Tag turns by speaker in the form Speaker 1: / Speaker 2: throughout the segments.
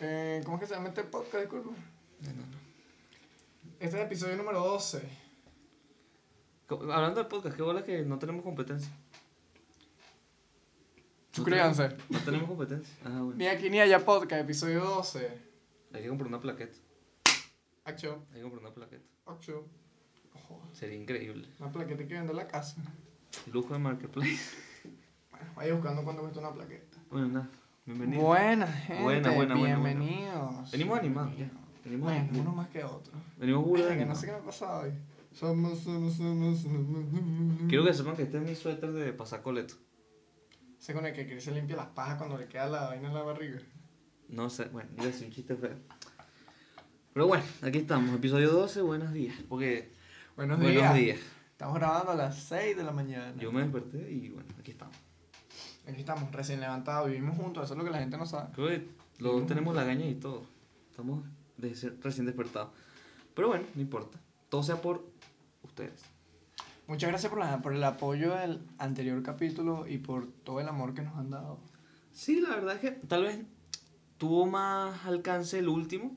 Speaker 1: Eh, literalmente el este podcast, disculpa.
Speaker 2: No, no, no.
Speaker 1: Este es el episodio número 12.
Speaker 2: Co- Hablando de podcast, qué bola que no tenemos competencia.
Speaker 1: Suscríbanse.
Speaker 2: No tenemos competencia. Ah, bueno.
Speaker 1: Ni aquí ni allá podcast, episodio 12.
Speaker 2: Hay que comprar una plaqueta.
Speaker 1: Acho,
Speaker 2: Hay que comprar una plaqueta.
Speaker 1: acho. Joder,
Speaker 2: Sería increíble.
Speaker 1: una plaqueta hay que vender la casa.
Speaker 2: Lujo de Marketplace.
Speaker 1: Bueno, vaya buscando cuánto cuesta una plaqueta.
Speaker 2: Bueno, nada. Bienvenido.
Speaker 1: Buena, gente.
Speaker 2: Buena, buena, buena, buena.
Speaker 1: Bienvenidos.
Speaker 2: Venimos animados, ya. Venimos,
Speaker 1: Bueno,
Speaker 2: bu-
Speaker 1: uno más que otro.
Speaker 2: venimos burda de
Speaker 1: Verga, no
Speaker 2: animados.
Speaker 1: sé qué me ha pasado hoy. Somos, somos, somos, somos.
Speaker 2: Quiero que sepan que este es mi suéter de pasacoleto.
Speaker 1: Sé con el que Chris se limpia las pajas cuando le queda la vaina en la barriga.
Speaker 2: No sé, bueno, iba a decir un chiste feo. Pero bueno, aquí estamos, episodio 12, buenos días. Porque,
Speaker 1: Buenos,
Speaker 2: buenos
Speaker 1: días.
Speaker 2: días.
Speaker 1: Estamos grabando a las 6 de la mañana.
Speaker 2: Yo me desperté y bueno, aquí estamos.
Speaker 1: Aquí estamos, recién levantados, vivimos juntos, eso es lo que la gente no sabe.
Speaker 2: Creo que los dos tenemos la gaña y todo. Estamos de- recién despertados. Pero bueno, no importa. Todo sea por ustedes.
Speaker 1: Muchas gracias por, la- por el apoyo del anterior capítulo y por todo el amor que nos han dado.
Speaker 2: Sí, la verdad es que tal vez tuvo más alcance el último,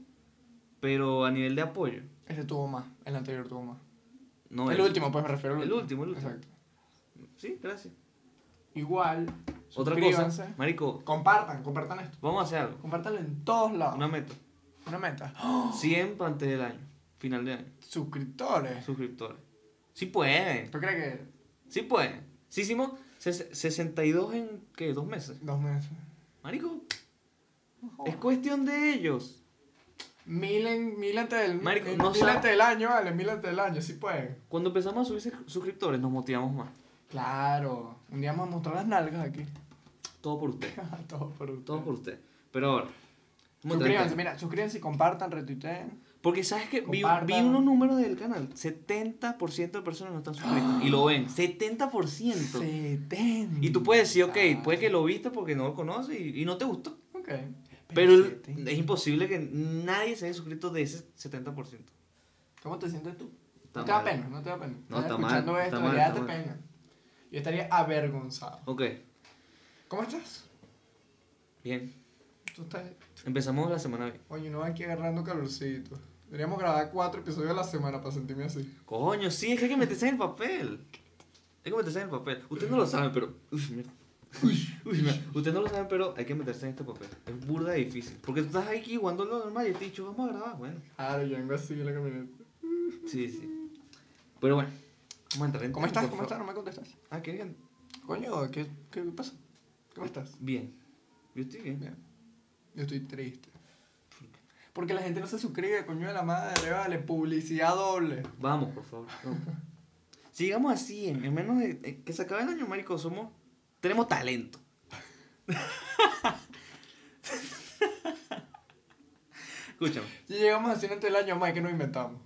Speaker 2: pero a nivel de apoyo.
Speaker 1: Este tuvo más, el anterior tuvo más.
Speaker 2: No
Speaker 1: el
Speaker 2: el-
Speaker 1: último, pues me refiero al
Speaker 2: el
Speaker 1: último.
Speaker 2: último, el último.
Speaker 1: Exacto.
Speaker 2: Sí, gracias.
Speaker 1: Igual,
Speaker 2: Otra
Speaker 1: suscríbanse.
Speaker 2: cosa, Marico,
Speaker 1: Compartan, compartan esto.
Speaker 2: vamos a hacer algo.
Speaker 1: Compártanlo en todos lados.
Speaker 2: Una
Speaker 1: Una,
Speaker 2: meta.
Speaker 1: meta.
Speaker 2: 100 para antes del año, final de año,
Speaker 1: Suscriptores.
Speaker 2: suscriptores. Sí pueden,
Speaker 1: ¿Tú crees que
Speaker 2: sí pueden. Sí hicimos ses- 62 en, ¿qué? ¿Dos meses?
Speaker 1: dos meses?
Speaker 2: Marico, es cuestión de ellos.
Speaker 1: Mil, en, mil antes del,
Speaker 2: Marico,
Speaker 1: mil,
Speaker 2: no
Speaker 1: mil
Speaker 2: sabe-
Speaker 1: antes del año, vale, mil antes del año, sí pueden.
Speaker 2: Cuando empezamos a subir sus- suscriptores nos motivamos más.
Speaker 1: Claro, un día vamos a mostrar las nalgas aquí.
Speaker 2: Todo por usted,
Speaker 1: todo por usted.
Speaker 2: todo por usted. Pero ahora, vamos a entrar en
Speaker 1: Suscríbanse,
Speaker 2: tema.
Speaker 1: mira, suscríbanse y compartan, retuiteen.
Speaker 2: porque sabes que vi, vi
Speaker 1: Compartan.
Speaker 2: unos números del canal, 70% de personas no están suscritas y lo ven, 70%.
Speaker 1: 70.
Speaker 2: Y tú puedes decir, ok, puede que lo viste porque no lo conoces y- y no te gustó.
Speaker 1: Ah, Ok.
Speaker 2: Pero el-
Speaker 1: 70.
Speaker 2: es imposible que nadie se haya suscrito de ese 70%.
Speaker 1: ¿Cómo te sientes tú?
Speaker 2: Está
Speaker 1: no te da
Speaker 2: mal.
Speaker 1: pena, no te da pena.
Speaker 2: No, está mal,
Speaker 1: escuchando
Speaker 2: está
Speaker 1: esto,
Speaker 2: mal,
Speaker 1: ya
Speaker 2: está
Speaker 1: te
Speaker 2: mal.
Speaker 1: pena. Yo estaría avergonzado.
Speaker 2: Ok,
Speaker 1: ¿Cómo estás?
Speaker 2: bien.
Speaker 1: Tú estás.
Speaker 2: Empezamos la semana bien.
Speaker 1: Oye, no aquí agarrando calorcito. Deberíamos grabar cuatro episodios a la semana para sentirme así.
Speaker 2: Coño, sí, es que hay que meterse en el papel. Hay que meterse en el papel. Ustedes no lo saben, pero... Uy, mira. Uy, mira. Ustedes no lo saben, pero hay que meterse en este papel. Es burda y difícil. Porque tú estás aquí jugando lo normal y yo te he dicho, vamos a grabar. Bueno,
Speaker 1: Claro, yo vengo así en la camioneta.
Speaker 2: sí, sí. Pero bueno, vamos a entrar en
Speaker 1: ¿Cómo
Speaker 2: tema,
Speaker 1: estás?
Speaker 2: por
Speaker 1: ¿Cómo estás?
Speaker 2: favor.
Speaker 1: No me contestas.
Speaker 2: Ah, qué bien.
Speaker 1: Coño, ¿qué, qué pasa? ¿Cómo estás?
Speaker 2: Bien. Yo estoy bien.
Speaker 1: Bien. Yo estoy triste. Porque la gente no se suscribe, coño de la madre, vale, publicidad doble.
Speaker 2: Vamos, por favor. vamos. si llegamos así, en en menos de eh, que se acabe el año, marico, somos. Tenemos talento. Escúchame.
Speaker 1: Y llegamos así antes del año, más que nos inventamos.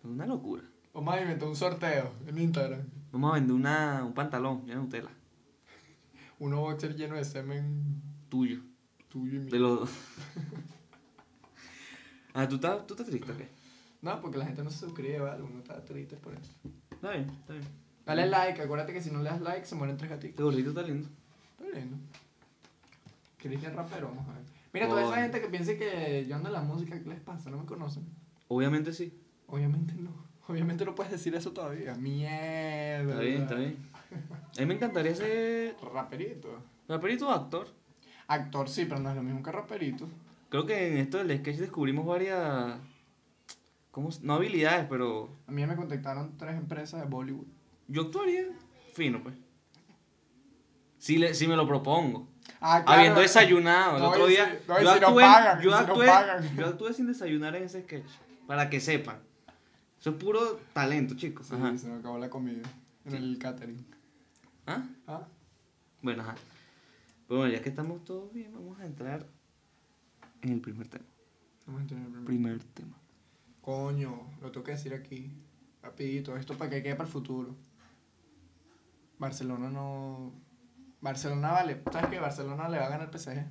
Speaker 2: Es una locura.
Speaker 1: Omar inventó un sorteo en Instagram.
Speaker 2: Vamos a vender una, un pantalón, ya Nutella.
Speaker 1: Un boxer lleno de semen
Speaker 2: Tuyo.
Speaker 1: tuyo y
Speaker 2: De
Speaker 1: mío.
Speaker 2: los dos. ah, ¿tú estás, tú estás triste, o ¿qué?
Speaker 1: No, porque la gente no se suscribe, vale, uno está triste por eso.
Speaker 2: Está bien, está bien.
Speaker 1: Dale like, acuérdate que si no le das like se mueren tres
Speaker 2: Este
Speaker 1: gatitos.
Speaker 2: gorrito está lindo.
Speaker 1: Está lindo. Cristian Rapero, vamos a ver. Mira, toda esa
Speaker 2: Oye.
Speaker 1: gente que piense que yo ando en la música, ¿qué les pasa? No me conocen.
Speaker 2: Obviamente sí.
Speaker 1: Obviamente no. Obviamente no puedes decir eso todavía. Mierda.
Speaker 2: Está bien, está bien. A mí me encantaría ser
Speaker 1: Raperito.
Speaker 2: raperito o actor.
Speaker 1: Actor sí, pero no es lo mismo que raperito.
Speaker 2: Creo que en esto del sketch descubrimos varias. ¿Cómo? se- No habilidades, pero.
Speaker 1: A mí me contactaron tres empresas de Bollywood.
Speaker 2: Yo actuaría fino, pues. Si, le, si me lo propongo.
Speaker 1: Ah,
Speaker 2: Habiendo desayunado el
Speaker 1: No,
Speaker 2: otro
Speaker 1: y si-
Speaker 2: día.
Speaker 1: no, y
Speaker 2: yo,
Speaker 1: si no
Speaker 2: actué,
Speaker 1: pagan,
Speaker 2: yo,
Speaker 1: y si no
Speaker 2: actué,
Speaker 1: pagan.
Speaker 2: yo actué sin desayunar en ese sketch. Para que sepan. Eso es puro talento, chicos.
Speaker 1: Sí,
Speaker 2: Ajá.
Speaker 1: se me acabó la comida en el catering.
Speaker 2: ¿Ah?
Speaker 1: ¿Ah?
Speaker 2: Bueno, ajá. Pero bueno, ya que estamos todos bien, vamos a entrar en el primer tema.
Speaker 1: Vamos a entrar en el primer-
Speaker 2: Primer tema.
Speaker 1: Coño, lo tengo que decir aquí. Rapidito, esto para que quede para el futuro. Barcelona no... Barcelona vale. ¿Sabes que Barcelona le va a ganar al PSG.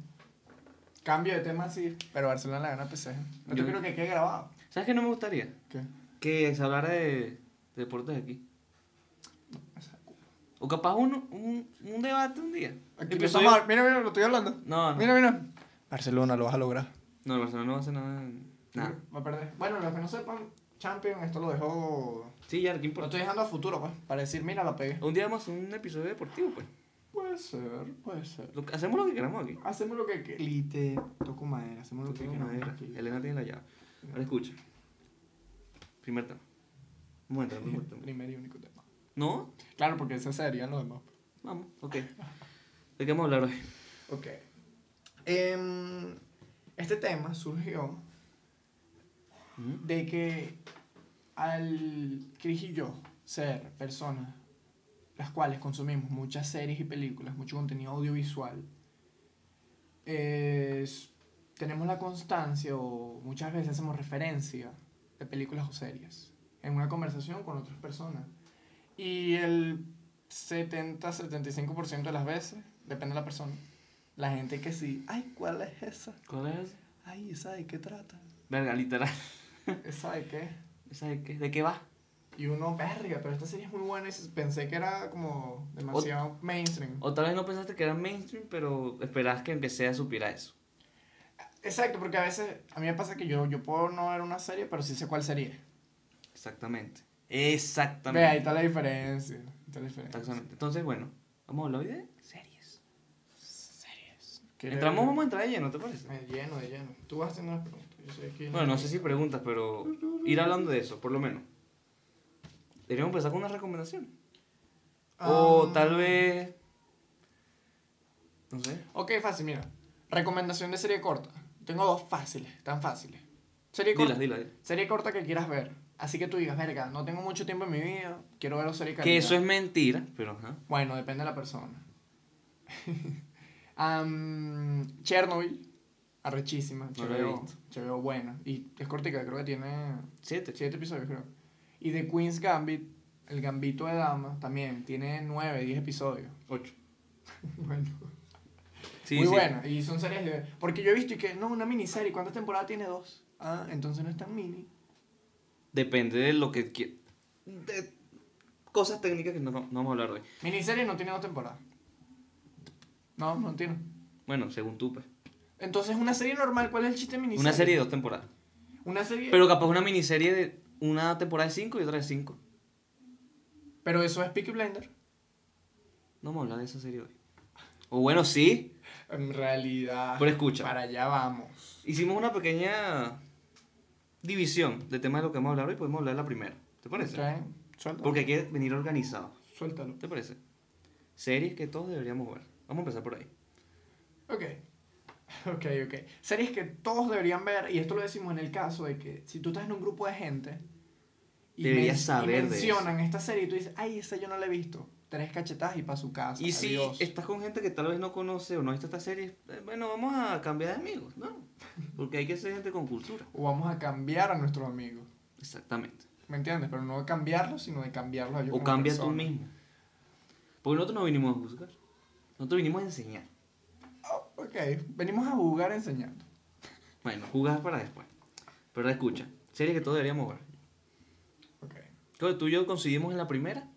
Speaker 1: Cambio de tema, sí, pero Barcelona le gana al PSG. Esto
Speaker 2: Yo-
Speaker 1: quiero que quede grabado.
Speaker 2: ¿Sabes qué no me gustaría?
Speaker 1: ¿Qué?
Speaker 2: que se hablara de, de deportes aquí. O capaz uno, un, un debate un día.
Speaker 1: Aquí
Speaker 2: Episodio-
Speaker 1: empezamos a- Mira, mira, lo estoy hablando.
Speaker 2: No, no.
Speaker 1: Mira, mira. Barcelona, lo vas a lograr.
Speaker 2: No, el Barcelona no hace nada. en- Nada.
Speaker 1: Va a perder. Bueno, los que no sepan, Champions, esto lo dejó.
Speaker 2: Sí, ya, ¿qué
Speaker 1: Lo
Speaker 2: importa?
Speaker 1: estoy dejando a futuro, pues, para decir, mira, la pegué.
Speaker 2: Un día más un episodio deportivo, pues.
Speaker 1: Puede ser, puede ser.
Speaker 2: Lo- hacemos lo que queramos aquí.
Speaker 1: Hacemos lo que. que- Y te toco madera, hacemos lo que
Speaker 2: Toquemos
Speaker 1: queramos.
Speaker 2: madera.
Speaker 1: aquí.
Speaker 2: Elena tiene la llave. Ahora escucha. Primer tema. Vamos a entrar, vamos a entrar.
Speaker 1: Primer y único tema.
Speaker 2: ¿No?
Speaker 1: Claro, porque eso serían los demás.
Speaker 2: Vamos, ok. ¿De qué vamos a hablar hoy?
Speaker 1: Ok. Em, este tema surgió de que al Chris y yo ser personas las cuales consumimos muchas series y películas, mucho contenido audiovisual, es- tenemos la constancia o muchas veces hacemos referencia de películas o series en una conversación con otras personas. Y el 70-75% de las veces, depende de la persona, la gente que sí, ay, ¿cuál es esa?
Speaker 2: ¿Cuál es?
Speaker 1: Ay, ¿esa de qué trata?
Speaker 2: Verga, literal.
Speaker 1: ¿Esa de qué?
Speaker 2: ¿Esa de qué? ¿De qué va?
Speaker 1: Y uno, verga, pero esta serie es muy buena y se- pensé que era como demasiado mainstream.
Speaker 2: O tal vez no pensaste que era mainstream, pero esperabas que aunque sea supiera eso.
Speaker 1: Exacto, porque a veces a mí me pasa que yo, yo puedo no ver una serie, pero sí sé cuál serie.
Speaker 2: Exactamente.
Speaker 1: Ve, ahí
Speaker 2: Exactamente.
Speaker 1: está la diferencia. ahí Está la diferencia.
Speaker 2: Exactamente. Entonces, bueno, vamos a hablar hoy de series.
Speaker 1: Series.
Speaker 2: Entramos, vamos a entrar de lleno, ¿te parece?
Speaker 1: De lleno, de lleno. Tú vas haciendo las preguntas. Yo soy aquí.
Speaker 2: Bueno, no sé si preguntas, pero ir hablando de eso, por lo menos. Deberíamos empezar con una recomendación. O
Speaker 1: Ah,
Speaker 2: tal vez. No sé.
Speaker 1: Ok, fácil, mira. Recomendación de serie corta. Tengo dos fáciles, tan fáciles. Serie corta.
Speaker 2: Dilas, dilas. dilas.
Speaker 1: Serie corta que quieras ver. Así que tú digas, verga, no tengo mucho tiempo en mi vida, quiero ver una serie
Speaker 2: Que
Speaker 1: calidad".
Speaker 2: eso es mentira, pero ajá.
Speaker 1: Bueno, depende de la persona. Am, Chernobyl, arrechísima,
Speaker 2: No la he
Speaker 1: HBO,
Speaker 2: visto.
Speaker 1: HBO buena. Y es cortica, creo que tiene
Speaker 2: Siete.
Speaker 1: siete episodios, creo. Y The Queen's Gambit, El Gambito de Dama, también tiene nueve, diez episodios.
Speaker 2: Ocho.
Speaker 1: Bueno,
Speaker 2: Sí,
Speaker 1: muy
Speaker 2: sí.
Speaker 1: buena. Y son series de... Porque yo he visto y que, no, una miniserie, ¿cuántas temporadas tiene? Dos. Ah, entonces no es tan mini.
Speaker 2: Depende de lo que quie- de cosas técnicas que no, no vamos a hablar hoy.
Speaker 1: Miniserie no tiene dos temporadas. No, no tiene.
Speaker 2: Bueno, según tú, pues.
Speaker 1: Entonces, una serie normal, ¿cuál es el chiste de miniserie?
Speaker 2: Una serie de dos temporadas.
Speaker 1: Una serie...
Speaker 2: Pero capaz una miniserie de una temporada de cinco y otra de cinco.
Speaker 1: Pero eso es Peaky Blender.
Speaker 2: No vamos a hablar de esa serie hoy. O bueno, sí.
Speaker 1: En realidad.
Speaker 2: Pero escucha.
Speaker 1: Ah, Para allá vamos.
Speaker 2: Hicimos una pequeña división de temas de lo que vamos a hablar hoy. Podemos hablar de la primera. ¿Te parece?
Speaker 1: ¿Está bien? Suéltalo.
Speaker 2: Porque hay que venir organizado.
Speaker 1: Suéltalo.
Speaker 2: ¿Te parece? Series que todos deberíamos ver. Vamos a empezar por ahí.
Speaker 1: Ok. Ok, ok. Series que todos deberían ver, y esto lo decimos en el caso de que si tú estás en un grupo de gente y, men-
Speaker 2: Deberías
Speaker 1: y
Speaker 2: saber de
Speaker 1: mencionan esta serie y tú dices, ay, esa yo no la he visto. Tres cachetadas y para su casa.
Speaker 2: Y si
Speaker 1: Adiós.
Speaker 2: estás con gente que tal vez no conoce o no ha visto esta serie, eh, bueno, vamos a cambiar de amigos, ¿no? Porque hay que ser gente con cultura.
Speaker 1: O vamos a cambiar a nuestros amigos.
Speaker 2: Exactamente.
Speaker 1: ¿Me entiendes? Pero no de cambiarlos, sino de cambiarlos a ellos.
Speaker 2: O
Speaker 1: como
Speaker 2: cambia tú
Speaker 1: personas.
Speaker 2: mismo. Porque nosotros no vinimos a juzgar. Nosotros vinimos a enseñar.
Speaker 1: Oh, ok. Venimos a jugar enseñando.
Speaker 2: Bueno, jugar para después. Pero escucha, serie que todos deberíamos ver.
Speaker 1: Ok.
Speaker 2: Creo que tú y yo coincidimos en la primera.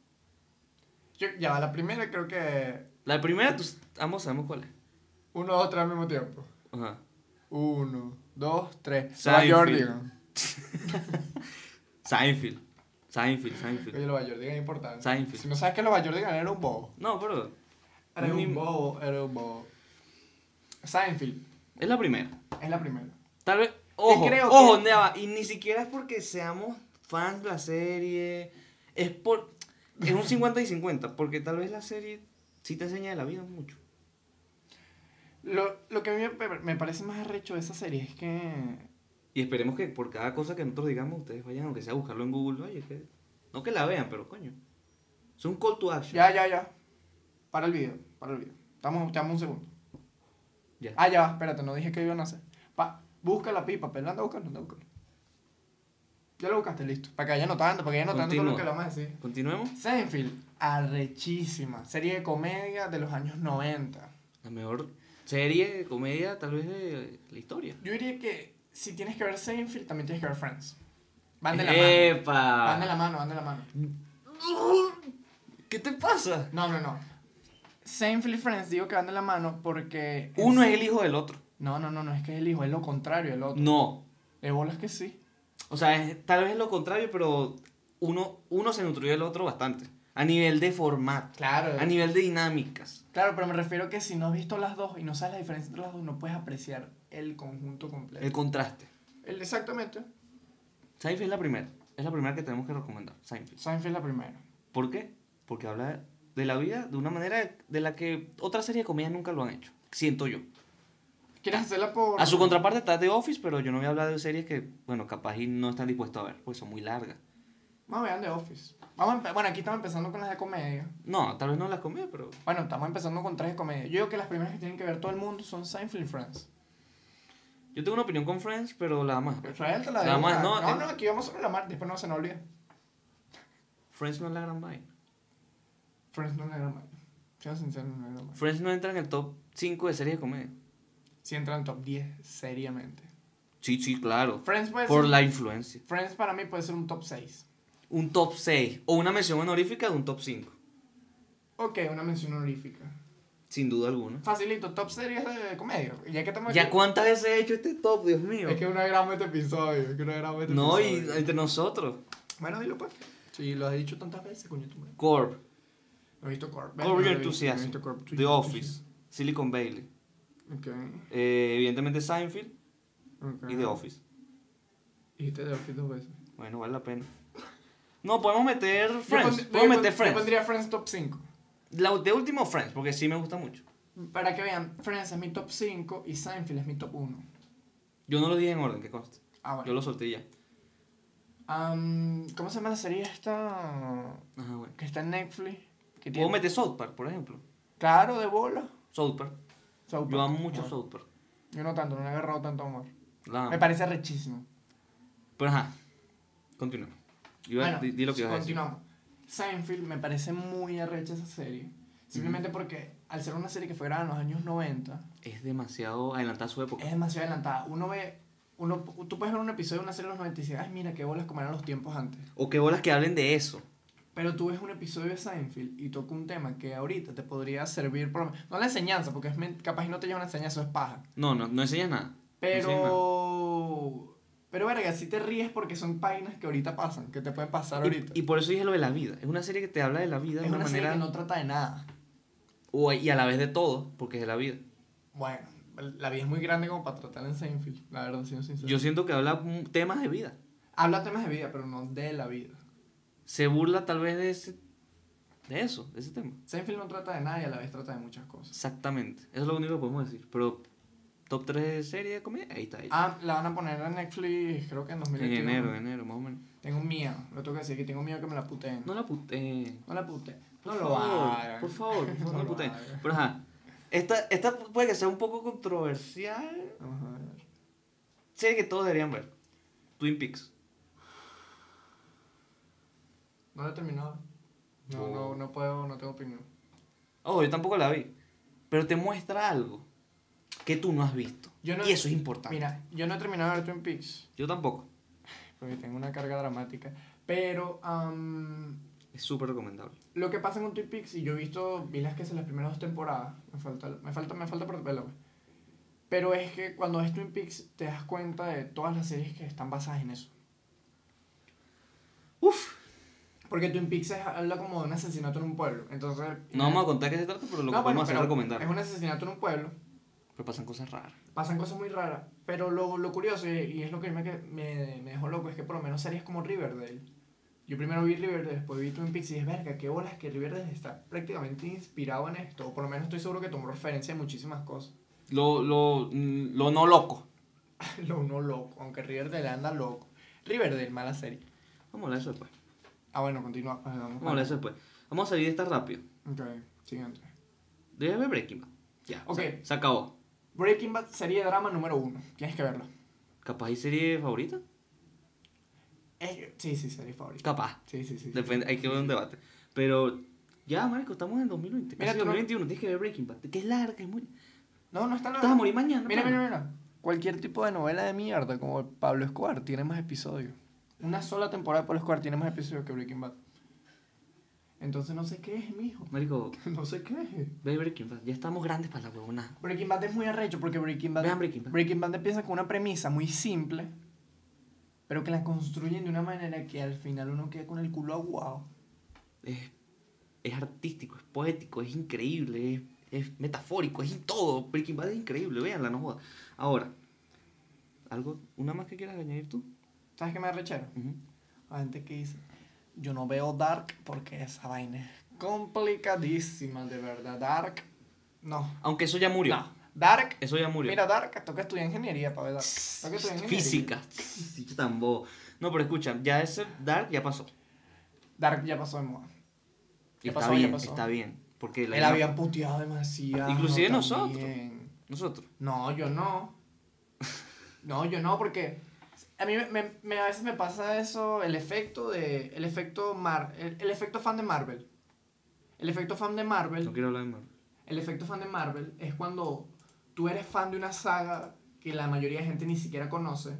Speaker 1: Yo, ya, va, la primera creo que
Speaker 2: La primera, tú, ambos sabemos cuál es.
Speaker 1: Uno, dos, tres al mismo tiempo.
Speaker 2: Ajá.
Speaker 1: Uno, dos, tres.
Speaker 2: Seinfeld.
Speaker 1: Nueva Jordan.
Speaker 2: Seinfeld. Seinfeld, Seinfeld.
Speaker 1: Oye, Nueva Jordan es importante.
Speaker 2: Seinfeld.
Speaker 1: Si no sabes que Nueva Jordan era un bobo.
Speaker 2: No, pero
Speaker 1: Era
Speaker 2: Ni-
Speaker 1: un bobo, era un bobo. Seinfeld
Speaker 2: es la primera.
Speaker 1: es la primera.
Speaker 2: Tal vez. Ojo,
Speaker 1: creo
Speaker 2: ojo,
Speaker 1: que-
Speaker 2: ya va, Y ni siquiera es porque seamos fans de la serie. Es por. Es un 50 y 50. Porque tal vez la serie sí te enseña de la vida mucho.
Speaker 1: Lo, lo que a mí me- me parece más arrecho de esa serie es que...
Speaker 2: Y esperemos que por cada cosa que nosotros digamos, ustedes vayan, aunque sea a buscarlo en Google. Oye, que. No que la vean, pero coño. Es un call to action.
Speaker 1: Ya, ya, ya. Para el video, para el video. Estamos, te damos un segundo.
Speaker 2: Ya.
Speaker 1: Ah, ya, va, espérate, no dije que iban a hacer. Pa, busca la pipa, pero anda buscando, anda buscando. Ya lo buscaste, listo. Para que vaya notando, para que vaya notando todo lo
Speaker 2: Continúa.
Speaker 1: que le vamos a decir.
Speaker 2: Continuemos.
Speaker 1: Seinfeld, arrechísima. Serie de comedia de los años 90.
Speaker 2: La mejor serie de comedia, tal vez de la historia.
Speaker 1: Yo diría que si tienes que ver Seinfeld, también tienes que ver Friends. Van de la mano. Van de
Speaker 2: ¡Epa!
Speaker 1: la mano, van de la mano.
Speaker 2: ¿Qué te pasa?
Speaker 1: No, no, no. Seinfeld y Friends digo que van de la mano porque...
Speaker 2: Uno es el hijo del otro.
Speaker 1: No, no, no, no es que es el hijo, es lo contrario, el otro.
Speaker 2: No.
Speaker 1: De bolas que sí.
Speaker 2: O sea, es- tal vez es lo contrario, pero uno, uno se nutrió del otro bastante. A nivel de formato,
Speaker 1: Claro.
Speaker 2: a nivel de dinámicas.
Speaker 1: Claro, pero me refiero que si no has visto las dos y no sabes la diferencia entre las dos, no puedes apreciar el conjunto completo.
Speaker 2: El contraste.
Speaker 1: El- exactamente.
Speaker 2: Seinfeld es la primera. Es la primera que tenemos que recomendar. Seinfeld.
Speaker 1: Seinfeld la primera.
Speaker 2: ¿Por qué? Porque habla de la vida de una manera de la que otra serie de comedia nunca lo han hecho. Siento yo.
Speaker 1: ¿Quieres hacerla por...?
Speaker 2: A su contraparte está The Office, pero yo no voy a hablar de series que, bueno, capaz y no están dispuestos a ver, porque son muy largas.
Speaker 1: Vamos a ver The Office. Vamos a empe- bueno, aquí estamos empezando con las de comedia.
Speaker 2: No, tal vez no las comí, pero...
Speaker 1: Bueno, estamos empezando con tres de comedia. Yo digo que las primeras que tienen que ver todo el mundo son Seinfeld y Friends.
Speaker 2: Yo tengo una opinión con Friends, pero la más...
Speaker 1: Israel te la
Speaker 2: Nada
Speaker 1: digo.
Speaker 2: más,
Speaker 1: no,
Speaker 2: no, eh.
Speaker 1: no,
Speaker 2: en-
Speaker 1: aquí vamos sobre la mar, después no se nos olvida.
Speaker 2: Friends no es la gran vaina.
Speaker 1: Friends no es una gran vaina. Siendo sincero, no es una gran vaina.
Speaker 2: Friends no entra en el top 5 de series de comedia.
Speaker 1: Si entran en top 10, seriamente.
Speaker 2: Sí, sí, claro.
Speaker 1: Friends puede
Speaker 2: Por
Speaker 1: ser-
Speaker 2: la influencia.
Speaker 1: Friends para mí puede ser un top 6.
Speaker 2: Un top 6 o una mención honorífica de un top 5.
Speaker 1: Ok, una mención honorífica.
Speaker 2: Sin duda alguna.
Speaker 1: Facilito, top series de comedia. Ya que estamos
Speaker 2: ¿Ya
Speaker 1: aquí-
Speaker 2: cuántas veces he hecho este top, Dios mío?
Speaker 1: Es que una gran este episodio. Es que una gran este
Speaker 2: No, y
Speaker 1: episodio.
Speaker 2: entre nosotros.
Speaker 1: Bueno, dilo pues. Sí, lo has dicho tantas veces, coño, tú madre.
Speaker 2: Corp,
Speaker 1: No he visto Corp.
Speaker 2: Corp Your
Speaker 1: Yo
Speaker 2: Enthusiasm, The Office, Silicon Valley,
Speaker 1: Ok.
Speaker 2: eh, evidentemente Seinfeld
Speaker 1: ok.
Speaker 2: y The Office.
Speaker 1: Dijiste The Office dos veces.
Speaker 2: Bueno, vale la pena. No, podemos meter
Speaker 1: Yo
Speaker 2: Friends.
Speaker 1: pondría-
Speaker 2: podemos
Speaker 1: yo
Speaker 2: meter
Speaker 1: pon-
Speaker 2: Friends.
Speaker 1: Yo pondría Friends top 5.
Speaker 2: La de último Friends, porque sí me gusta mucho.
Speaker 1: Para que vean, Friends es mi top 5 y Seinfeld es mi top 1.
Speaker 2: Yo no lo dije en orden, que conste.
Speaker 1: Ah,
Speaker 2: Yo
Speaker 1: bueno.
Speaker 2: lo solté ya.
Speaker 1: Am, ¿Cómo se llama la serie esta
Speaker 2: Ajá, bueno.
Speaker 1: que está en Netflix? Que
Speaker 2: Puedo
Speaker 1: tiene...
Speaker 2: meter South Park, por ejemplo.
Speaker 1: Claro, de bola.
Speaker 2: South Park.
Speaker 1: South
Speaker 2: Yo
Speaker 1: Park.
Speaker 2: amo mucho
Speaker 1: Bueno,
Speaker 2: South Park.
Speaker 1: Yo no tanto, no le he agarrado tanto amor.
Speaker 2: La
Speaker 1: Me
Speaker 2: amo.
Speaker 1: parece rechísimo.
Speaker 2: Pero ajá, continuemos. Yo iba-
Speaker 1: Bueno,
Speaker 2: di, di lo que ibas a decir.
Speaker 1: continuamos. Seinfeld me parece muy arrecha esa serie. Simplemente porque al ser una serie que fue grabada en los años 90,
Speaker 2: Es demasiado adelantada su época.
Speaker 1: es demasiado adelantada. Uno ve, uno, tú puedes ver un episodio de una serie de los 90 y dices, ay, mira qué bolas como eran los tiempos antes.
Speaker 2: O qué bolas que hablen de eso.
Speaker 1: Pero tú ves un episodio de Seinfeld y toca un tema que ahorita te podría servir, por, no la enseñanza, porque es, men- capaz y no te lleva una enseñanza, eso es paja.
Speaker 2: No, no, no enseñas nada.
Speaker 1: Pero, pero verga, si te ríes porque son páginas que ahorita pasan, que te pueden pasar ahorita.
Speaker 2: Y, y por eso dije lo de la vida. Es una serie que te habla de la vida
Speaker 1: es
Speaker 2: de una,
Speaker 1: una serie
Speaker 2: manera.
Speaker 1: que no trata de nada.
Speaker 2: o- y a la vez de todo, porque es de la vida.
Speaker 1: Bueno, la vida es muy grande como para tratar en Seinfeld, la verdad, siendo sincero.
Speaker 2: Yo siento que habla mm, temas de vida.
Speaker 1: Habla temas de vida, pero no de la vida.
Speaker 2: Se burla tal vez de ese. De eso, de ese tema.
Speaker 1: Seinfeld no trata de nada y a la vez trata de muchas cosas.
Speaker 2: Exactamente. Eso es lo único que podemos decir. Pero, top 3 de serie de comedia, ahí está. ahí.
Speaker 1: Ah, la van a poner en Netflix, creo que en
Speaker 2: en
Speaker 1: 2021.
Speaker 2: enero, eh. en enero, más o menos.
Speaker 1: Tengo miedo, lo tengo que decir, que tengo miedo que me la puteen.
Speaker 2: No la puté.
Speaker 1: No la pute.
Speaker 2: Por
Speaker 1: no lo
Speaker 2: favor,
Speaker 1: hagan.
Speaker 2: Por favor, por favor, no
Speaker 1: lo
Speaker 2: la puté.
Speaker 1: hagan.
Speaker 2: Pero ajá. Esta, esta puede que sea un poco controversial.
Speaker 1: Vamos a ver.
Speaker 2: Serie que todos deberían ver. Twin Peaks.
Speaker 1: No lo he terminado. No,
Speaker 2: Oh.
Speaker 1: no, no puedo, no tengo opinión.
Speaker 2: Oh, yo tampoco la vi. Pero te muestra algo que tú no has visto.
Speaker 1: Yo no-
Speaker 2: y eso es importante.
Speaker 1: Mira, yo no he terminado de ver Twin Peaks,
Speaker 2: Yo tampoco.
Speaker 1: porque tengo una carga dramática. Pero am,
Speaker 2: Es súper recomendable.
Speaker 1: lo que pasa con Twin Peaks, y yo he visto, vi las que son las primeras dos temporadas, me falta, me falta, me falta por verlo. pues. Pero es que cuando ves Twin Peaks te das cuenta de todas las series que están basadas en eso.
Speaker 2: Uf.
Speaker 1: Porque Twin Peaks es- habla como de un asesinato en un pueblo. Entonces, eh,
Speaker 2: No vamos a contar qué se trata, pero lo que
Speaker 1: No, bueno,
Speaker 2: podemos hacer es
Speaker 1: pero
Speaker 2: recomendar.
Speaker 1: Es un asesinato en un pueblo
Speaker 2: Pero pasan cosas raras.
Speaker 1: pasan cosas muy raras. Pero lo, lo curioso, y, y es lo que me, que- me, me dejó loco, es que por lo menos series como Riverdale. Yo primero vi Riverdale, después vi Twin Peaks y es verga, qué bolas que Riverdale está prácticamente inspirado en esto. O por lo menos estoy seguro que tomó referencia de muchísimas cosas.
Speaker 2: Lo, lo, mm, lo no loco.
Speaker 1: lo uno loco, aunque Riverdale anda loco. Riverdale, mala serie.
Speaker 2: Vamos a hablar de eso después.
Speaker 1: Ah, bueno, continúa. pues, vamos
Speaker 2: Vamos a hablar de eso después. Vamos a salir de esta rápido.
Speaker 1: Ok, siguiente.
Speaker 2: Debes ver Breaking Bad. Ya.
Speaker 1: Ok.
Speaker 2: Se, se acabó.
Speaker 1: Breaking Bad serie de drama número uno. Tienes que verlo.
Speaker 2: ¿Capaz y serie favorita?
Speaker 1: Es- sí, sí, serie favorita.
Speaker 2: Capaz.
Speaker 1: Sí, sí, sí. sí.
Speaker 2: Depende, hay que ver un debate. Pero ya, marico, estamos en 2020.
Speaker 1: Mira,
Speaker 2: Mira,
Speaker 1: tú no-
Speaker 2: 2021, tienes que ver Breaking Bad. Que es larga, es muy...
Speaker 1: No, no está
Speaker 2: Estás a morir mañana.
Speaker 1: Mira,
Speaker 2: pana.
Speaker 1: mira, mira. Cualquier tipo de novela de mierda, como Pablo Escobar, tiene más episodios. Una sola temporada de Pablo Escobar tiene más episodios que Breaking Bad. Entonces no se queje, mijo.
Speaker 2: Marico,
Speaker 1: No se queje.
Speaker 2: ve Breaking Bad. Ya estamos grandes para la huevona.
Speaker 1: Breaking Bad es muy arrecho porque Breaking Bad,
Speaker 2: Vean Breaking Bad.
Speaker 1: empieza con una premisa muy simple, pero que la construyen de una manera que al final uno queda con el culo aguado.
Speaker 2: Es, es artístico, es poético, es increíble, es, es metafórico, es todo. Breaking Bad es increíble, véanla, no joda. Ahora, ¿algo, una más que quieras añadir tú?
Speaker 1: ¿Sabes qué me arrecharon?
Speaker 2: Ujú.
Speaker 1: La gente que dice, yo no veo Dark porque esa vaina es complicadísima, de verdad. Dark, no.
Speaker 2: Aunque eso ya murió.
Speaker 1: No. Dark,
Speaker 2: Eso ya murió.
Speaker 1: mira, Dark, toca estudiar ingeniería para ver Dark. Toca estudiar ingeniería.
Speaker 2: Física. Sí, yo tan bobo. No, pero escucha, ya ese Dark ya pasó.
Speaker 1: Dark ya pasó de moda.
Speaker 2: Y
Speaker 1: Ya
Speaker 2: está
Speaker 1: pasó, ya
Speaker 2: bien,
Speaker 1: pasó.
Speaker 2: está bien. Porque la
Speaker 1: Él había puteado demasiado.
Speaker 2: Inclusive nosotros.
Speaker 1: también.
Speaker 2: nosotros.
Speaker 1: No, yo no. No, yo no, porque a mí me, me- me- a veces me pasa eso, el efecto de, el efecto mar, el, el efecto fan de Marvel. El efecto fan de Marvel,
Speaker 2: No quiero hablar de Marvel.
Speaker 1: el efecto fan de Marvel es cuando tú eres fan de una saga que la mayoría de gente ni siquiera conoce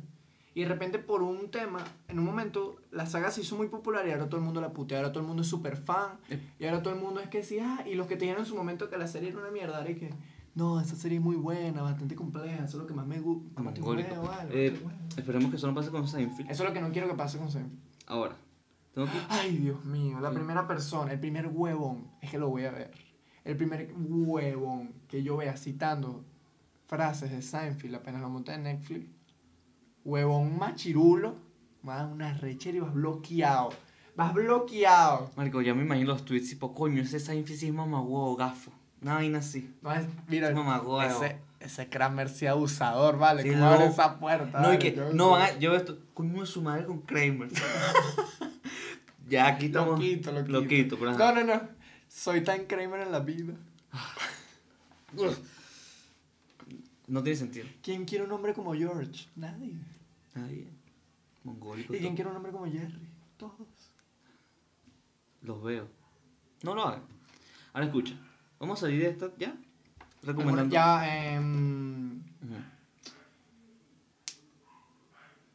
Speaker 1: y de repente por un tema, en un momento la saga se hizo muy popular y ahora todo el mundo la putea, ahora todo el mundo es súper fan
Speaker 2: Eh.
Speaker 1: y ahora todo el mundo es que sí, ah, y los que te dijeron en su momento que la serie era una mierda, ahora y que no, esa serie es muy buena, bastante compleja, eso es lo que más me gusta.
Speaker 2: Mongólico. Eh, esperemos que eso no pase con Seinfeld.
Speaker 1: Eso es lo que no quiero que pase con Seinfeld.
Speaker 2: Ahora, tengo que.
Speaker 1: Ay, Dios mío, la
Speaker 2: Mm.
Speaker 1: primera persona, el primer huevón, es que lo voy a ver. El primer huevón que yo vea citando frases de Seinfeld apenas lo monté en Netflix. Huevón machirulo, más una rechera y vas bloqueado. Vas bloqueado.
Speaker 2: Marico, ya me imagino los tweets tipo, coño, ese Seinfeld sí es mamagüevo gafo. Una vaina así.
Speaker 1: No es, mira,
Speaker 2: Es mamagüevo.
Speaker 1: ese, ese Kramer sí abusador, vale.
Speaker 2: Sí,
Speaker 1: ¿Cómo
Speaker 2: no.
Speaker 1: abre esa puerta?
Speaker 2: No, y
Speaker 1: vale?
Speaker 2: que.
Speaker 1: Yo-
Speaker 2: No van a. Yo esto. Coño de su madre con Kramer. ya, aquí
Speaker 1: Lo
Speaker 2: estamos.
Speaker 1: quito, lo quito.
Speaker 2: Lo quito, pero.
Speaker 1: No,
Speaker 2: ajá.
Speaker 1: no, no. Soy tan Kramer en la vida.
Speaker 2: No tiene sentido.
Speaker 1: ¿Quién quiere un hombre como George? Nadie.
Speaker 2: Nadie. Mongólico.
Speaker 1: ¿Y quién
Speaker 2: todo.
Speaker 1: quiere un hombre como Jerry? Todos.
Speaker 2: Los veo. No lo hagan. Ahora escucha. Vamos a salir de esta ya. Recomendando.
Speaker 1: Ya, em,
Speaker 2: Ujú.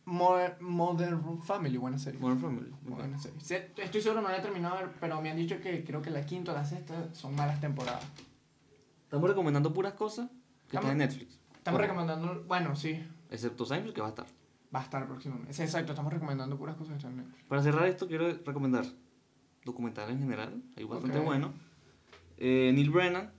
Speaker 1: Mo- Modern Family, buena serie.
Speaker 2: Modern Family. muy bueno.
Speaker 1: Buena serie. Se- Estoy seguro no la he terminado de ver, pero me han dicho que creo que la quinta o la sexta son malas temporadas.
Speaker 2: Estamos recomendando puras cosas que
Speaker 1: Estamos-
Speaker 2: están en Netflix.
Speaker 1: Estamos
Speaker 2: Bueno,
Speaker 1: recomendando, bueno, sí,
Speaker 2: Excepto Seinfeld, que va a estar.
Speaker 1: va a estar próximamente. Sí, exacto, estamos recomendando puras cosas que están en Netflix.
Speaker 2: Para cerrar esto, quiero recomendar documentales en general. Hay bastante
Speaker 1: Ok.
Speaker 2: bueno. Eh, Neil Brennan.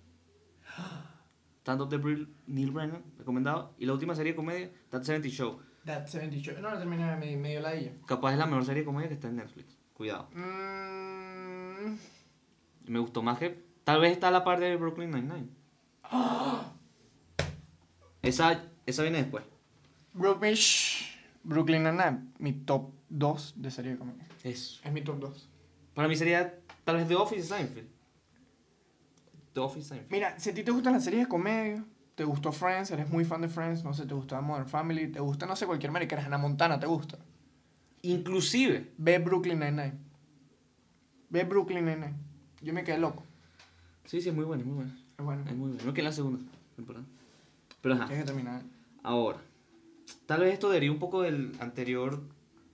Speaker 2: Stand Up de Brill- Neil Brennan, recomendado. Y la última serie de comedia, That 70 Show.
Speaker 1: That 70 Show. No, la terminé me- medio la ella.
Speaker 2: Capaz es la mejor serie de comedia que está en Netflix. Cuidado.
Speaker 1: Mm,
Speaker 2: Me gustó más que. Tal vez está a la par de Brooklyn Nine-Nine. Esa, esa viene después.
Speaker 1: Brooklyn, Brooklyn Nine-Nine, mi top 2 de serie de comedia.
Speaker 2: Eso.
Speaker 1: Es mi top 2.
Speaker 2: Para mí sería tal vez The Office y Seinfeld. The Office y Seinfeld.
Speaker 1: Mira, si a ti te gustan las series de comedia, te gustó Friends, eres muy fan de Friends, no sé, te gusta Modern Family, te gusta, no sé, cualquier mariquera, Hannah Montana, te gusta.
Speaker 2: Inclusive,
Speaker 1: Ve Brooklyn Nine-Nine. Ve Brooklyn Nine-Nine. Yo me quedé loco.
Speaker 2: Sí, sí, es muy buena, es muy buena.
Speaker 1: Es bueno.
Speaker 2: Es muy buena. No que en la segunda temporada. Pero ajá,
Speaker 1: Tienes que terminar.
Speaker 2: ahora. Tal vez esto deriva un poco del anterior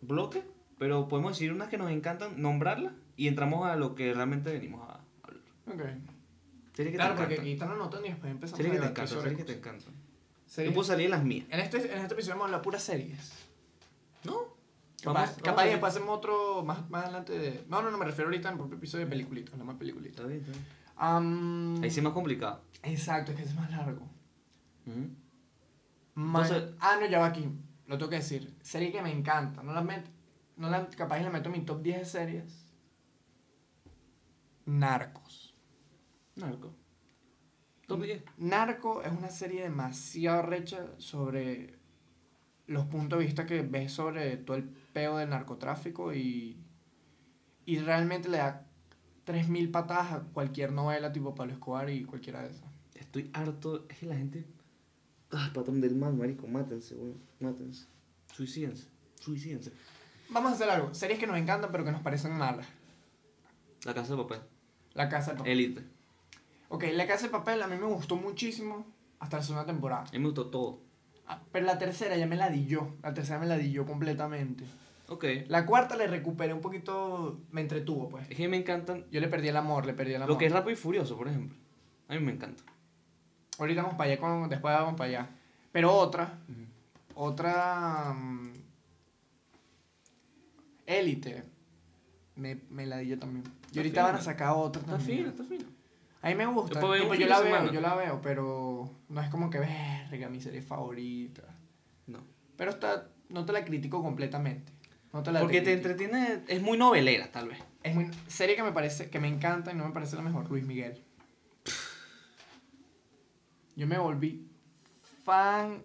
Speaker 2: bloque, pero podemos decir unas que nos encantan, nombrarlas y entramos a lo que realmente venimos a hablar.
Speaker 1: Ok.
Speaker 2: Series que
Speaker 1: Claro,
Speaker 2: te
Speaker 1: porque
Speaker 2: encantan.
Speaker 1: aquí están anotando y después empezamos
Speaker 2: Series que te
Speaker 1: debatir
Speaker 2: encantan,
Speaker 1: sobre
Speaker 2: series que te
Speaker 1: cosas.
Speaker 2: encantan. Yo
Speaker 1: Series-
Speaker 2: puedo salir en las mías.
Speaker 1: En este, en este episodio vamos a hablar puras series.
Speaker 2: ¿No?
Speaker 1: Capaz,
Speaker 2: Vamos-
Speaker 1: capaz
Speaker 2: vamos a-
Speaker 1: y después hacemos otro más, más adelante de... No, no, no, me refiero ahorita al propio episodio de peliculitas, nada más peliculitas.
Speaker 2: Está bien, está bien.
Speaker 1: Am,
Speaker 2: Mm. Ahí sí es más complicado.
Speaker 1: Exacto, es que es más largo.
Speaker 2: Ujú.
Speaker 1: Man-
Speaker 2: Entonces-
Speaker 1: ah, no, ya va aquí. Lo tengo que decir. Serie que me encanta. No la meto. No la, capaz y la meto en mi top 10 de series. Narcos.
Speaker 2: Narco. Top 10.
Speaker 1: Narco es una serie demasiado recha sobre los puntos de vista que ves sobre todo el peo del narcotráfico y, y realmente le da 3.000 patadas a cualquier novela tipo Pablo Escobar y cualquiera de esas.
Speaker 2: Estoy harto. Es que la gente. Ah, patrón del mal, marico. Mátense, weón. Mátense. Suicídense. Suicídense.
Speaker 1: Vamos a hacer algo. Series que nos encantan pero que nos parecen malas.
Speaker 2: La casa de papel.
Speaker 1: La Casa de Papel.
Speaker 2: Elite.
Speaker 1: Ok, La Casa de Papel a mí me gustó muchísimo hasta la segunda temporada.
Speaker 2: A mí me gustó todo.
Speaker 1: Ah, Pero la tercera ya me la di yo. La tercera me la di yo completamente.
Speaker 2: Ok.
Speaker 1: La cuarta le recuperé un poquito, me entretuvo, pues.
Speaker 2: Es que me encantan
Speaker 1: Yo le perdí el amor, le perdí el amor.
Speaker 2: lo que es Rápido y Furioso, por ejemplo. A mí me encanta.
Speaker 1: Ahorita vamos para allá, con, después vamos para allá. Pero otra, otra... mm, Élite. me, me la di yo también. Y
Speaker 2: Está
Speaker 1: ahorita van a
Speaker 2: fino.
Speaker 1: sacar otra
Speaker 2: Está
Speaker 1: también.
Speaker 2: fino, está fino.
Speaker 1: A mí me gusta.
Speaker 2: Yo puedo ver
Speaker 1: tipo,
Speaker 2: un
Speaker 1: yo
Speaker 2: fin
Speaker 1: la
Speaker 2: de
Speaker 1: veo,
Speaker 2: semana.
Speaker 1: yo la veo, pero no es como que, verga, mi serie favorita.
Speaker 2: No.
Speaker 1: Pero está, no te la critico completamente. No te la
Speaker 2: Porque te
Speaker 1: critico.
Speaker 2: entretiene, es muy novelera, tal vez.
Speaker 1: Es muy serie que me parece, que me encanta y no me parece la mejor, Luis Miguel. Yo me volví fan,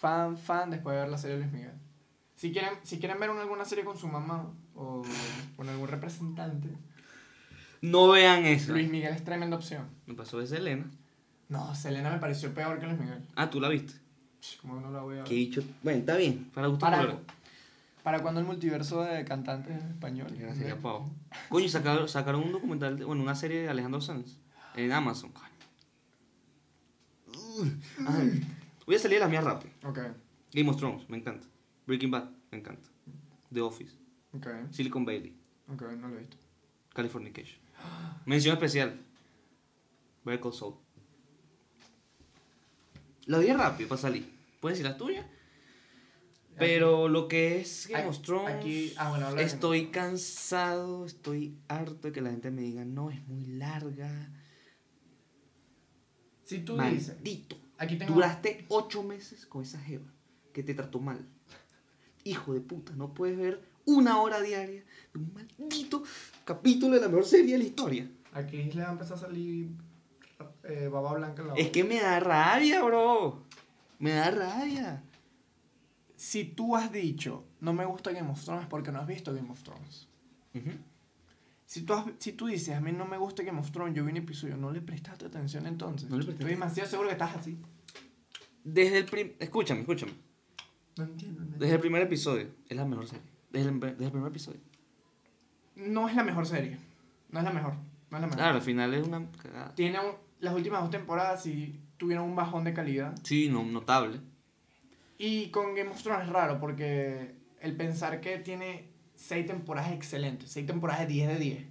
Speaker 1: fan, fan después de ver la serie de Luis Miguel. Si quieren, si quieren ver una- alguna serie con su mamá o con algún representante,
Speaker 2: No vean eso.
Speaker 1: Luis Miguel es tremenda opción.
Speaker 2: Me pasó de Selena.
Speaker 1: No, Selena me pareció peor que Luis Miguel.
Speaker 2: Ah, tú la viste.
Speaker 1: Ch, ¿Cómo no la voy a ver?
Speaker 2: Que dicho. Bueno, está bien. Para gustar
Speaker 1: Para, para cuando el multiverso de cantantes españoles.
Speaker 2: Sería pavo. Coño, sacaron, sacaron un documental, de- bueno, una serie de Alejandro Sanz en Amazon, coño. Ajá. Voy a salir de la mía rápido.
Speaker 1: Ok,
Speaker 2: Game of Thrones, me encanta. Breaking Bad, me encanta. The Office,
Speaker 1: ok,
Speaker 2: Silicon Valley,
Speaker 1: ok, no lo he visto.
Speaker 2: Californication. Mención especial. Better Call Saul. La di rápido para salir. Puedes decir las tuyas. Pero lo que es Game
Speaker 1: Aquí-
Speaker 2: of Thrones,
Speaker 1: aquí- ah, bueno, habla de Game of
Speaker 2: estoy
Speaker 1: Thrones.
Speaker 2: cansado, estoy harto de que la gente me diga, no, es muy larga.
Speaker 1: Si tú dices,
Speaker 2: Maldito.
Speaker 1: aquí tengo...
Speaker 2: Duraste ocho meses con esa jeva que te trató mal. Hijo de puta, no puedes ver una hora diaria de un maldito capítulo de la mejor serie de la historia.
Speaker 1: Aquí le va a empezar a salir eh, baba blanca en la
Speaker 2: Es
Speaker 1: boca.
Speaker 2: que me da rabia, bro. Me da rabia.
Speaker 1: Si tú has dicho, no me gusta Game of Thrones porque no has visto Game of Thrones. Si tú, has- si tú dices, a mí no me gusta Game of Thrones, yo vi un episodio, no le prestaste atención entonces.
Speaker 2: No le presté
Speaker 1: Estoy demasiado seguro que estás así.
Speaker 2: Desde el prim... Escúchame, escúchame.
Speaker 1: No entiendo. no
Speaker 2: Desde el
Speaker 1: entiendo.
Speaker 2: primer episodio. Es la mejor serie. Desde el, desde el primer episodio.
Speaker 1: No es la mejor serie. No es la mejor. No es la mejor.
Speaker 2: Claro, al final es una cagada.
Speaker 1: Tiene un- las últimas dos temporadas sí tuvieron un bajón de calidad.
Speaker 2: Sí, no, notable.
Speaker 1: Y con Game of Thrones es raro porque el pensar que tiene seis temporadas excelentes, seis temporadas de 10 de 10,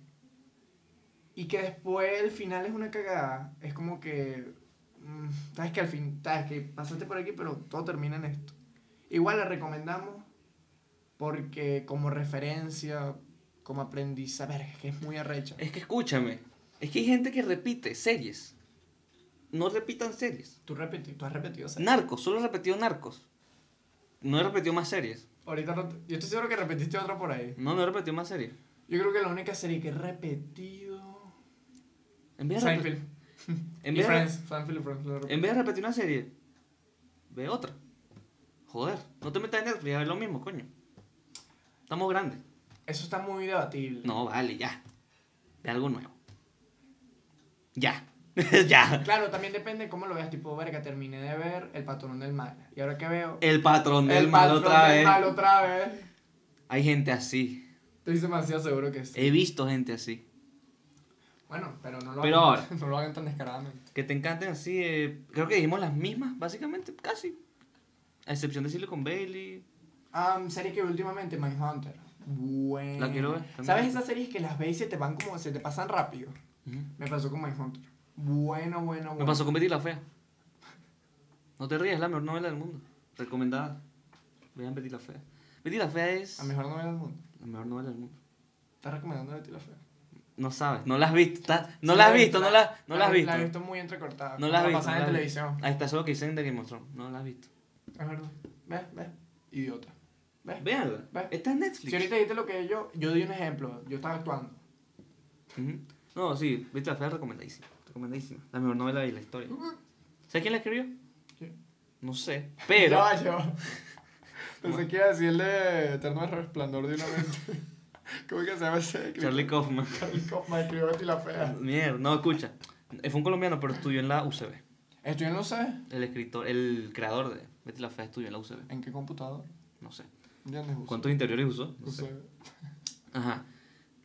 Speaker 1: y que después el final es una cagada, es como que. mm, Sabes que al fin, sabes que pasaste por aquí, pero todo termina en esto. Igual la recomendamos porque, como referencia, como aprendizaje, verga, es que es muy arrecha.
Speaker 2: Es que escúchame. Es que hay gente que repite series. No repitan series.
Speaker 1: Tú, repeti- tú has repetido, o sea,
Speaker 2: Narcos, solo he repetido Narcos. No he repetido más series.
Speaker 1: Ahorita no te- yo estoy seguro que repetiste otra por ahí.
Speaker 2: No, no he repetido más series.
Speaker 1: Yo creo que la única serie que he repetido.
Speaker 2: En vez de, repetir,
Speaker 1: Seinfeld.
Speaker 2: en
Speaker 1: Y
Speaker 2: vez de-
Speaker 1: Friends, Seinfeld y Friends, lo repito.
Speaker 2: en vez de repetir una serie, ve otra. Joder, no te metas en Netflix a ver lo mismo, coño. Estamos grandes.
Speaker 1: Eso está muy debatible.
Speaker 2: No, vale, ya. Ve algo nuevo. Ya. ya.
Speaker 1: Claro, también depende cómo lo veas. Tipo, verga, terminé de ver El Patrón del Mal. ¿Y ahora qué veo?
Speaker 2: El patrón del
Speaker 1: El
Speaker 2: mal
Speaker 1: Patrón
Speaker 2: otra
Speaker 1: del
Speaker 2: vez.
Speaker 1: Mal otra vez.
Speaker 2: Hay gente así.
Speaker 1: Estoy demasiado seguro que sí.
Speaker 2: He visto gente así.
Speaker 1: Bueno, pero no lo
Speaker 2: Pero
Speaker 1: hagan. No lo hagan tan descaradamente.
Speaker 2: Que te encanten así. eh, creo que dijimos las mismas, básicamente, casi. A excepción de Silicon Valley.
Speaker 1: Am, serie que vi últimamente, Mindhunter. Bueno.
Speaker 2: La quiero ver también.
Speaker 1: ¿Sabes esas series que las ves y se te van como, se te pasan rápido?
Speaker 2: Ujú.
Speaker 1: Me pasó con Mindhunter. Bueno, bueno, bueno.
Speaker 2: Me pasó con Betty la Fea. No te rías, es la mejor novela del mundo. Recomendada. Vean Betty la Fea. Betty la Fea es
Speaker 1: La mejor novela del mundo.
Speaker 2: la mejor novela del mundo.
Speaker 1: ¿Estás recomendando Betty la Fea?
Speaker 2: No sabes, no la has visto. está- No
Speaker 1: Sí,
Speaker 2: la has
Speaker 1: he
Speaker 2: visto, no la, no la has
Speaker 1: La he
Speaker 2: visto.
Speaker 1: visto muy entrecortada.
Speaker 2: No la has
Speaker 1: Como
Speaker 2: visto.
Speaker 1: pasan
Speaker 2: no
Speaker 1: en
Speaker 2: la has
Speaker 1: televisión.
Speaker 2: visto. Ahí está solo que dicen de Game of Thrones. No la has visto.
Speaker 1: Es verdad. ¿Ves? ¿Ves? Idiota. ¿Ves?
Speaker 2: Veanla.
Speaker 1: Ve.
Speaker 2: Está en
Speaker 1: Si
Speaker 2: Netflix.
Speaker 1: ahorita dijiste lo que yo, yo di un ejemplo. Yo estaba actuando.
Speaker 2: Ujú. No, sí, Betty la Fea es recomendadísima. Recomendadísima. La mejor novela de la historia. ¿Sabes quién la escribió?
Speaker 1: ¿Quién?
Speaker 2: No sé. Pero.
Speaker 1: Ya, yo. Pensé que iba a decirle Eterno Resplandor de una mente. ¿Cómo que se llama ese?
Speaker 2: Charlie Kaufman.
Speaker 1: Charlie Kaufman escribió Betty la Fea.
Speaker 2: Mierda, no, escucha. Fue un colombiano, pero estudió en la UCB.
Speaker 1: ¿Estoy en sé
Speaker 2: El escritor, el creador de Betty la Fea estudió en la UCB.
Speaker 1: ¿En qué computador?
Speaker 2: No sé.
Speaker 1: Ya no
Speaker 2: ¿Cuántos interiores usó? No
Speaker 1: usé.
Speaker 2: sé. Ajá.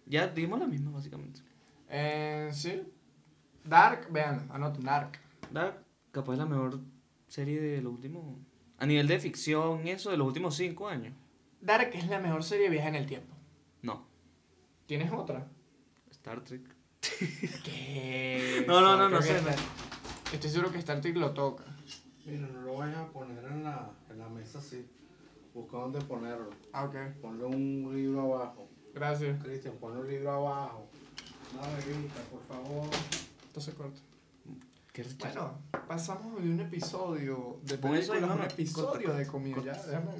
Speaker 2: Ya dimos la misma, básicamente.
Speaker 1: Eh, sí. Dark, vean, anoten Dark.
Speaker 2: Dark, Ah, capaz es la mejor serie de los últimos. A nivel de ficción, eso, de los últimos cinco años.
Speaker 1: Dark es la mejor serie de viaje en el tiempo.
Speaker 2: No.
Speaker 1: ¿Tienes otra?
Speaker 2: Star Trek.
Speaker 1: ¿Qué?
Speaker 2: No, no, no,
Speaker 1: Creo
Speaker 2: no
Speaker 1: que
Speaker 2: sé.
Speaker 1: Star- Estoy seguro que Star Trek lo toca.
Speaker 3: Mira, no lo vayas a poner en la, en la mesa así. Busca dónde ponerlo.
Speaker 1: Ah, ok.
Speaker 3: Ponle un libro abajo.
Speaker 1: Gracias.
Speaker 3: Cristian, ponle un libro abajo. Una bebita, por favor.
Speaker 1: Entonces corto.
Speaker 2: ¿Qué rechazo?
Speaker 1: Bueno, pasamos de un episodio de
Speaker 2: Pon eso ahí,
Speaker 1: películas a
Speaker 2: no,
Speaker 1: un
Speaker 2: no,
Speaker 1: episodio
Speaker 2: corta, corta,
Speaker 1: de comida.
Speaker 2: corta.
Speaker 1: Ya, déjame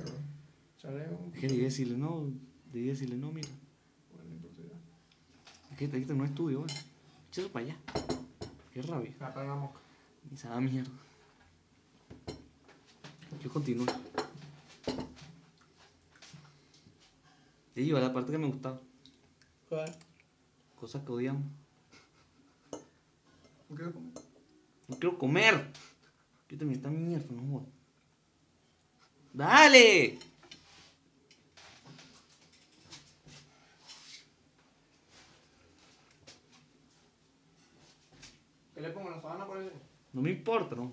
Speaker 1: echarle un-
Speaker 2: Es que debí decirle no. Debí decirle no, mira.
Speaker 1: Bueno, no importa ya.
Speaker 2: Aquí aquí tengo un estudio, güey. Échalo para allá. Qué rabia.
Speaker 1: Agarra una mosca.
Speaker 2: Ni sabe a mierda. Yo continúo. Y yo, la parte que me gustaba. Cosas que odiamos.
Speaker 1: ¿Por qué lo comes?
Speaker 2: No quiero comer. Quiero terminar esta mierda, no jodas. ¡Dale!
Speaker 1: ¿Qué le pongo la sabana por eso?
Speaker 2: No me importa, no.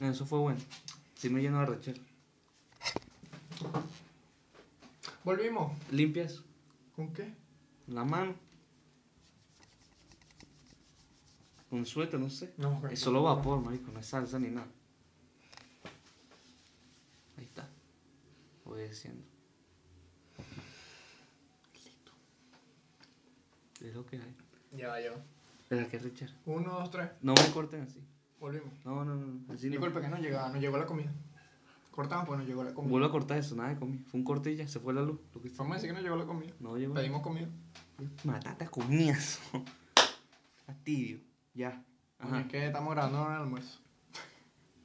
Speaker 2: No, Eso fue bueno. Sí me llenó de rechel.
Speaker 1: Volvimos.
Speaker 2: Limpias
Speaker 1: ¿Con qué?
Speaker 2: la mano. Con suéter, no sé.
Speaker 1: No,
Speaker 2: Es solo vapor, marico, no es salsa ni nada. Ahí está. Obedeciendo. Listo. Es lo que hay.
Speaker 1: Ya va yo.
Speaker 2: Pero que Richard.
Speaker 1: Uno, dos, tres.
Speaker 2: No me corten así.
Speaker 1: Volvimos.
Speaker 2: No, no, no, no. Así no.
Speaker 1: Disculpe que no llegaba, no llegó la comida. Cortamos pues no llegó la comida.
Speaker 2: Vuelvo a cortar eso, nada de comida. Fue un corte y ya, se fue la luz. Lo que está.
Speaker 1: Vamos a decir que no llegó la comida.
Speaker 2: No llegó.
Speaker 1: Pedimos comida.
Speaker 2: Matata comienzo. Está tibio. Ya. Ajá.
Speaker 1: Es que estamos grabando ahora el almuerzo.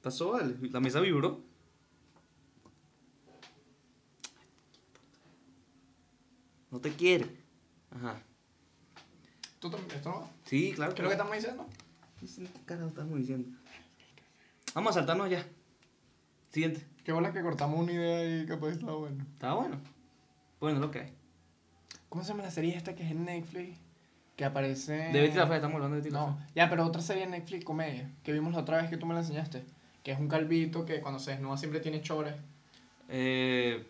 Speaker 2: Pasó, vale. La mesa vibró. No te quiere. Ajá.
Speaker 1: ¿Tú también? ¿Esto no?
Speaker 2: Sí, claro.
Speaker 1: ¿Qué es lo que estamos diciendo?
Speaker 2: estamos... ¿Qué carajo estamos diciendo? Vamos a saltarnos ya. Siguiente.
Speaker 1: Qué bola que cortamos una idea y capaz está bueno.
Speaker 2: Está bueno. Bueno, lo que hay.
Speaker 1: ¿Cómo se llama la serie esta que es en Netflix? Que aparece...
Speaker 2: De Betty la Fea, estamos hablando de Betty la
Speaker 1: Eh, No,
Speaker 2: Fea.
Speaker 1: ya, pero otra serie en Netflix, comedia, que vimos la otra vez que tú me la enseñaste. Que es un calvito que cuando se desnuda siempre tiene chores.
Speaker 2: Eh.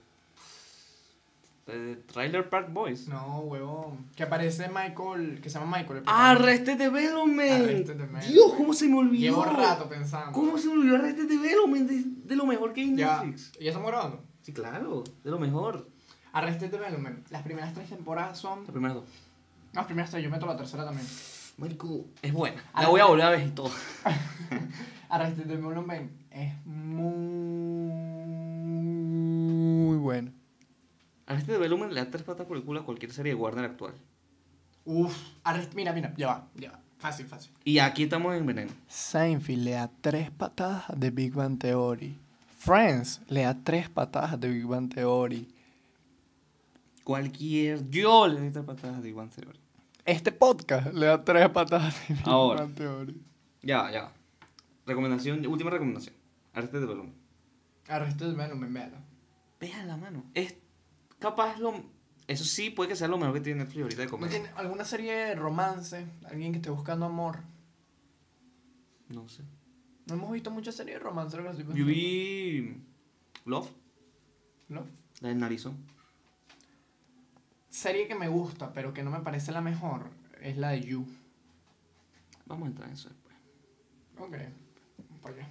Speaker 2: eh, Trailer Park Boys.
Speaker 1: No, huevón. Que aparece Michael, que se llama Michael. el protagonista.
Speaker 2: Ah, Arrested Development.
Speaker 1: Arrested Development.
Speaker 2: Dios, ¿cómo se me olvidó?
Speaker 1: Llevo rato pensando.
Speaker 2: ¿Cómo se me olvidó Arrested Development? Es de lo mejor que hay en
Speaker 1: Ya,
Speaker 2: Netflix.
Speaker 1: ya estamos grabando.
Speaker 2: Sí, claro, de lo mejor.
Speaker 1: Arrested Development. Las primeras tres temporadas son.
Speaker 2: La primera dos.
Speaker 1: no, Las primeras tres, yo meto la tercera también.
Speaker 2: Marico, es buena.
Speaker 1: Ah.
Speaker 2: La voy a volver a ver y todo.
Speaker 1: Arrested Development es muy buena.
Speaker 2: A este development le da tres patas por el culo a cualquier serie de Warner actual.
Speaker 1: Uf, Arrest- mira, mira, ya va, ya va. Fácil, fácil.
Speaker 2: Y aquí estamos en veneno.
Speaker 1: Seinfeld le da tres patadas de Big Bang Theory. Friends le da tres patadas de Big Bang Theory.
Speaker 2: Cualquier. Yo le doy tres patadas de Iván Theory.
Speaker 1: Este podcast le da tres patadas de Big
Speaker 2: Ahora.
Speaker 1: Bang Theory.
Speaker 2: Ya, va, ya. va. Recomendación, última recomendación. este Arrested Development.
Speaker 1: Arrested Development, véala.
Speaker 2: Vean la mano. Es capaz lo. Eso sí, puede que sea lo mejor que tiene Netflix ahorita de
Speaker 1: ¿No
Speaker 2: comer.
Speaker 1: tiene alguna serie de romance? ¿Alguien que esté buscando amor?
Speaker 2: No sé.
Speaker 1: No hemos visto muchas series de romance. ahora que lo estoy
Speaker 2: Yo vi. Love,
Speaker 1: pensando. ¿No?
Speaker 2: la del narizón.
Speaker 1: Serie que me gusta, pero que no me parece la mejor, es la de You.
Speaker 2: Vamos a entrar en eso después.
Speaker 1: Ok. pues ¿Para qué?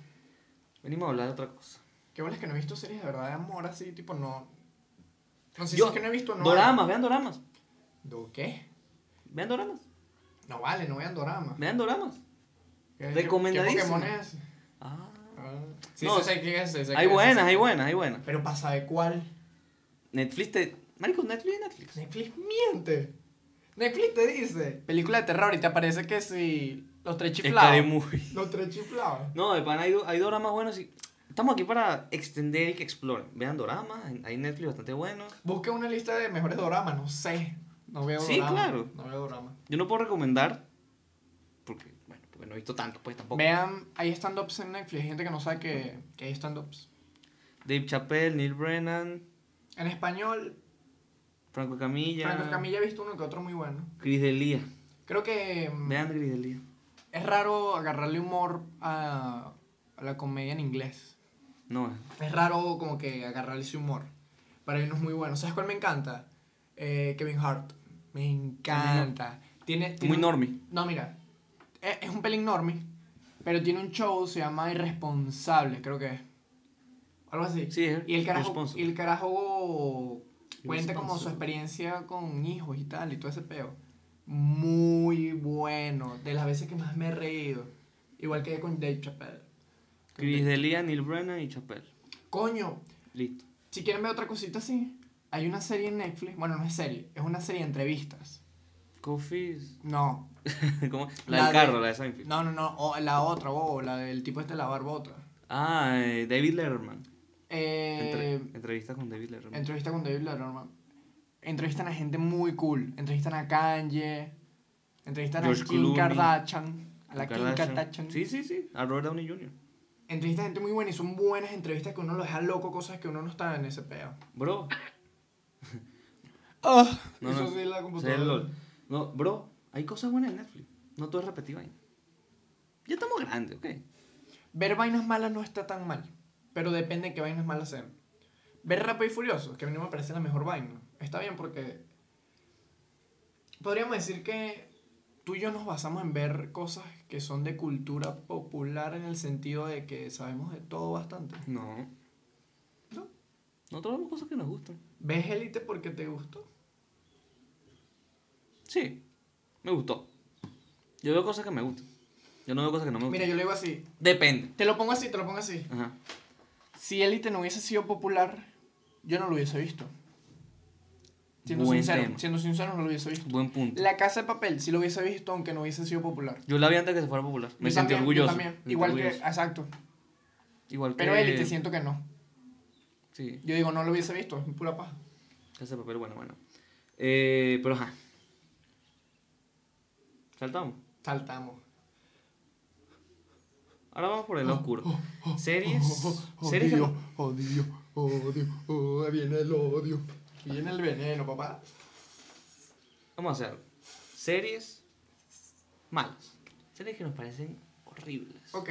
Speaker 2: Venimos a hablar de otra cosa.
Speaker 1: Qué bueno es que no he visto series de verdad de amor así, tipo, no... No sé si
Speaker 2: Yo-
Speaker 1: es que no he visto, no...
Speaker 2: Doramas, vean doramas.
Speaker 1: ¿Do qué?
Speaker 2: Vean doramas.
Speaker 1: No vale, no vean dorama.
Speaker 2: Vean doramas.
Speaker 1: ¿Qué-
Speaker 2: Recomendadísimo.
Speaker 1: ¿Qué Pokémon es?
Speaker 2: Ah.
Speaker 1: Ah, sí,
Speaker 2: No,
Speaker 1: sí, sé qué es, sé qué
Speaker 2: Hay
Speaker 1: es,
Speaker 2: buenas,
Speaker 1: sé
Speaker 2: hay
Speaker 1: qué-
Speaker 2: buenas, hay buenas.
Speaker 1: Pero para saber cuál...
Speaker 2: Netflix te. Marico, Netflix es Netflix.
Speaker 1: Netflix miente. Netflix te dice... Película de terror y te aparece que si... Los tres
Speaker 2: Scary
Speaker 1: chiflados.
Speaker 2: Movie.
Speaker 1: Los tres chiflados.
Speaker 2: No, de pan hay, do- hay doramas buenos y. Estamos aquí para extender y que exploren. Vean doramas, hay Netflix bastante buenos.
Speaker 1: Busca una lista de mejores doramas, no sé. No veo
Speaker 2: Sí,
Speaker 1: dorama.
Speaker 2: claro.
Speaker 1: No veo dorama.
Speaker 2: Yo no puedo recomendar. Porque, bueno, porque no he visto tanto, pues tampoco.
Speaker 1: Vean, hay stand-ups en Netflix. Hay gente que no sabe que, que hay stand-ups.
Speaker 2: Dave Chappelle, Neil Brennan.
Speaker 1: En español,
Speaker 2: Franco Camilla.
Speaker 1: Franco Camilla ha visto uno que otro muy bueno.
Speaker 2: Cris Delía.
Speaker 1: Creo que mm,
Speaker 2: Vean Cris Delía.
Speaker 1: es raro agarrarle humor a, a la comedia en inglés.
Speaker 2: No, eh,
Speaker 1: Es raro como que agarrarle su humor. Para mí no es muy bueno. ¿Sabes cuál me encanta? Eh, Kevin Hart. Me encanta. Tiene, tiene
Speaker 2: muy
Speaker 1: un-
Speaker 2: normie.
Speaker 1: No, mira. E, Es, es un pelín normie. Pero tiene un show, se llama Irresponsable, creo que es. Algo así.
Speaker 2: Sí, es
Speaker 1: Y el carajo,
Speaker 2: irresponsible.
Speaker 1: y el carajo cuenta como su
Speaker 3: Irresponsible.
Speaker 1: experiencia con hijos y tal, y todo ese peo. Muy bueno. De las veces que más me he reído. Igual que con Dave Chappelle.
Speaker 2: Cris D'Elia, Neil Brennan y Chappelle.
Speaker 1: Coño,
Speaker 2: Listo.
Speaker 1: si quieren ver otra cosita así, hay una serie en Netflix. Bueno, no es serie, es una serie de entrevistas.
Speaker 2: Coffee.
Speaker 1: No,
Speaker 2: ¿Cómo? La,
Speaker 1: La
Speaker 2: del
Speaker 1: de-
Speaker 2: carro, la de Seinfeld.
Speaker 1: no, no, no. o la otra, o la del tipo este de la barbota.
Speaker 2: Ah, eh, David Letterman.
Speaker 1: Eh,
Speaker 2: Entre- entrevista con David Letterman.
Speaker 1: Entrevista con David Letterman. Entrevistan a gente muy cool. Entrevistan a Kanye. Entrevistan
Speaker 2: George
Speaker 1: a Kim
Speaker 2: Clooney.
Speaker 1: Kardashian. A la Kim
Speaker 2: Kardashian.
Speaker 1: Kardashian.
Speaker 2: Sí, sí, sí. A Robert Downey Jr.
Speaker 1: Entrevistan a gente muy buena y son buenas entrevistas que uno lo deja loco, cosas que uno no está en ese pedo.
Speaker 2: Bro.
Speaker 1: Ah,
Speaker 2: No,
Speaker 1: eso
Speaker 2: no.
Speaker 1: sí, la
Speaker 2: o sea, el
Speaker 1: computadora.
Speaker 2: LOL. No, bro. Hay cosas buenas en Netflix. No todo es repetido ahí. Ya estamos grandes, ok.
Speaker 1: Ver vainas malas no está tan mal. Pero depende de qué vainas malas sean. Ver Rápido y Furioso, que a mí no me parece la mejor vaina. Está bien porque. Podríamos decir que tú y yo nos basamos en ver cosas que son de cultura popular en el sentido de que sabemos de todo bastante.
Speaker 2: No.
Speaker 1: No.
Speaker 2: Nosotros vemos cosas que nos gustan.
Speaker 1: ¿Ves Élite porque te gustó?
Speaker 2: Sí. Me gustó. Yo veo cosas que me gustan. Yo no veo cosas que no me gustan.
Speaker 1: Mira, yo le digo así.
Speaker 2: Depende.
Speaker 1: Te lo pongo así, te lo pongo así.
Speaker 2: Ajá.
Speaker 1: Si Élite no hubiese sido popular, yo no lo hubiese visto. Siendo
Speaker 2: Buen
Speaker 1: sincero,
Speaker 2: tema.
Speaker 1: siendo sincero, no lo hubiese visto.
Speaker 2: Buen punto.
Speaker 1: La casa de papel, si lo hubiese visto, aunque no hubiese sido popular.
Speaker 2: Yo la vi antes de que se fuera popular. Me
Speaker 1: Yo
Speaker 2: sentí
Speaker 1: también, yo
Speaker 2: orgulloso.
Speaker 1: también.
Speaker 2: Me sentí
Speaker 1: Igual
Speaker 2: orgulloso.
Speaker 1: que, exacto.
Speaker 2: Igual que.
Speaker 1: Pero élite siento que no.
Speaker 2: Sí.
Speaker 1: Yo digo, no lo hubiese visto, es pura paja.
Speaker 2: Casa de papel, bueno, bueno. Eh, pero ajá. Saltamos.
Speaker 1: Saltamos.
Speaker 2: Ahora vamos
Speaker 1: Ah,
Speaker 2: por el lado oscuro.
Speaker 1: oh,
Speaker 2: Series. series que-
Speaker 1: Odio, odio, odio, odio, viene el odio. Viene el veneno, papá.
Speaker 2: Vamos a hacer series malas. Series que nos parecen horribles.
Speaker 1: Ok,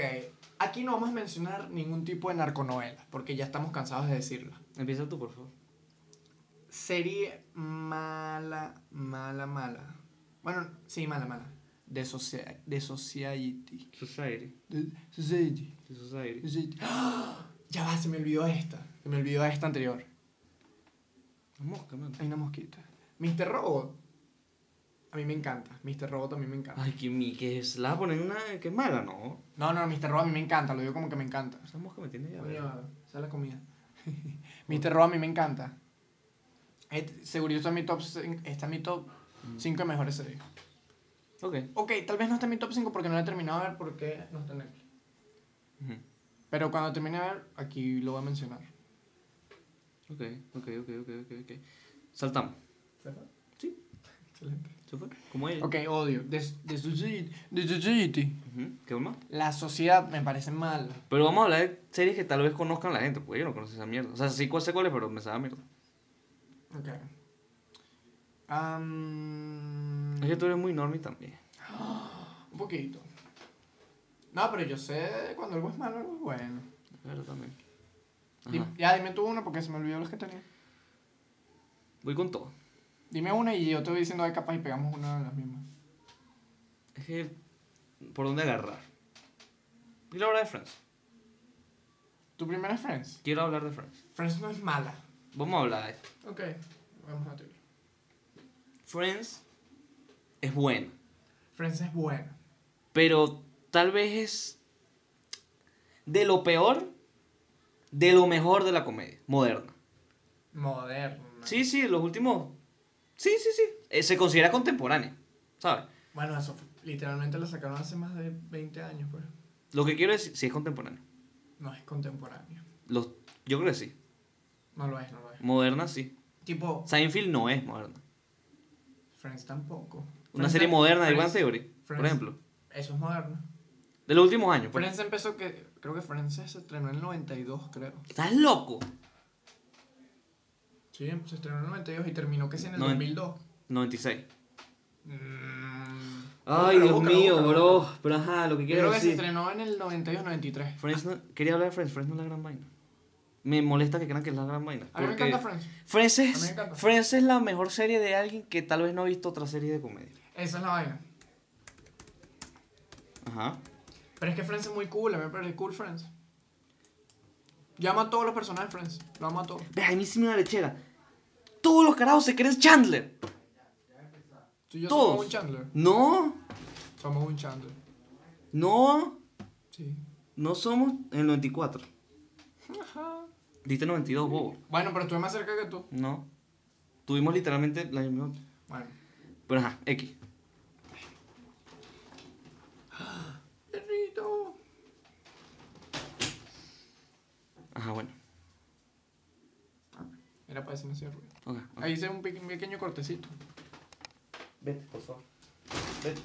Speaker 1: aquí no vamos a mencionar ningún tipo de narconovela, porque ya estamos cansados de decirla.
Speaker 2: Empieza tú, por favor.
Speaker 1: Serie mala, mala, mala. Bueno, sí, mala, mala. De, socia- de Society.
Speaker 2: Society.
Speaker 1: De Society.
Speaker 2: The Society.
Speaker 1: Sí. ¡Ah! Ya va, se me olvidó esta. Se me olvidó esta anterior.
Speaker 2: Vamos, mano.
Speaker 1: Hay una mosquita. Mr. Robot. A mí me encanta. Mr. Robot a mí me encanta.
Speaker 2: Ay, que mi, que es la ponen una que es mala, ¿no?
Speaker 1: No, no, Mr. Robot a mí me encanta. Lo digo como que me encanta.
Speaker 2: Esa mosca me tiene ya.
Speaker 1: Coño, esa es la comida. Mr. Robot a mí me encanta. Et- Seguro está en mi top 5. Está en mi top 5 de mejores series.
Speaker 2: Ok.
Speaker 1: Ok, tal vez no está en mi top 5 porque no la he terminado de ver porque no está en Netflix.
Speaker 2: Ujú.
Speaker 1: Pero cuando termine de ver, aquí lo voy a mencionar.
Speaker 2: Ok, ok, ok, ok, ok, ok. Saltamos.
Speaker 1: ¿Se fue?
Speaker 2: Sí.
Speaker 1: Excelente.
Speaker 2: ¿Se fue? ¿Cómo es?
Speaker 1: Ok, odio. De, de Society. De Society.
Speaker 2: Ujú. ¿Qué más?
Speaker 1: La sociedad me parece mal.
Speaker 2: Pero vamos a hablar de series que tal vez conozcan la gente, porque yo no conozco esa mierda. O sea, sí cuál sé cuál es, pero me sabe a mierda.
Speaker 1: Ok. Am,
Speaker 2: Es que tú eres muy normie también.
Speaker 1: Un poquito. No, pero yo sé cuando algo es malo, algo es bueno.
Speaker 2: Claro, también.
Speaker 1: Di-
Speaker 2: Ajá.
Speaker 1: ya, dime tú una porque se me olvidó los que tenía.
Speaker 2: Voy con todo.
Speaker 1: Dime una y yo te voy diciendo, ay, capaz y pegamos una de las mismas.
Speaker 2: Es que, ¿por dónde agarrar? Quiero hablar de Friends.
Speaker 1: Tu primera es Friends.
Speaker 2: Quiero hablar de Friends.
Speaker 1: Friends no es mala.
Speaker 2: Vamos a hablar de esto.
Speaker 1: Ok, vamos a tirar.
Speaker 2: Friends es buena,
Speaker 1: Friends es buena.
Speaker 2: pero tal vez es de lo peor, de lo mejor de la comedia moderna.
Speaker 1: Moderna.
Speaker 2: Sí, sí, los últimos... Sí, sí, sí. Eh, se considera contemporánea, ¿sabes?
Speaker 1: Bueno, eso fue- literalmente la sacaron hace más de 20 años, pues.
Speaker 2: Lo que quiero decir, sí es contemporánea.
Speaker 1: No es contemporáneo.
Speaker 2: Los, yo creo que sí.
Speaker 1: No lo es, no lo es.
Speaker 2: Moderna sí.
Speaker 1: Tipo,
Speaker 2: Seinfeld no es moderna.
Speaker 1: Friends tampoco.
Speaker 2: Una
Speaker 1: Friends
Speaker 2: serie
Speaker 1: tam-
Speaker 2: moderna de One
Speaker 1: Friends-
Speaker 2: Theory, por
Speaker 1: Friends.
Speaker 2: ejemplo.
Speaker 1: Eso es moderno.
Speaker 2: De los últimos años. pues. por-
Speaker 1: Friends empezó que. Creo que Friends se estrenó en el 92, creo.
Speaker 2: ¿Estás loco?
Speaker 1: Sí, pues se estrenó en el 92 y terminó que sí en el
Speaker 2: No, en-
Speaker 1: 2002.
Speaker 2: 96.
Speaker 1: Mm,
Speaker 2: Ay,
Speaker 1: búscalo,
Speaker 2: Dios
Speaker 1: búscalo,
Speaker 2: mío,
Speaker 1: búscalo.
Speaker 2: bro. Pero ajá, lo que
Speaker 1: Yo
Speaker 2: quiero
Speaker 1: creo que se
Speaker 2: decir.
Speaker 1: estrenó en el 92-93.
Speaker 2: Friends no- quería hablar de Friends, Friends no es la gran vaina. Me molesta que crean que es la gran vaina.
Speaker 1: A mí me
Speaker 2: porque
Speaker 1: encanta Friends.
Speaker 2: Friends
Speaker 1: A mí me
Speaker 2: es,
Speaker 1: encanta.
Speaker 2: Friends es la mejor serie de alguien que tal vez no ha visto otra serie de comedia.
Speaker 1: Esa es la vaina.
Speaker 2: Ajá.
Speaker 1: Pero es que Friends es muy cool, a mí me parece cool Friends. Yo amo a todos los personajes de Friends, lo amo a todos.
Speaker 2: Ve, a mí sí me da una lechera. Todos los carajos se creen Chandler.
Speaker 1: Tú y yo
Speaker 2: Todos.
Speaker 1: somos un Chandler.
Speaker 2: No,
Speaker 1: Somos un Chandler.
Speaker 2: no,
Speaker 1: Sí.
Speaker 2: no somos en el 94.
Speaker 1: Ajá.
Speaker 2: Diste 92, bobo.
Speaker 1: Bueno, pero estuve más cerca que tú.
Speaker 2: No. Tuvimos literalmente la misma.
Speaker 1: Bueno.
Speaker 2: Pero ajá, X.
Speaker 1: Perrito.
Speaker 2: Ajá, bueno.
Speaker 1: Era para decirme ese ruido.
Speaker 2: Ok, ok.
Speaker 1: Ahí hice un pe- un pequeño cortecito.
Speaker 2: Vete, por favor. Vete.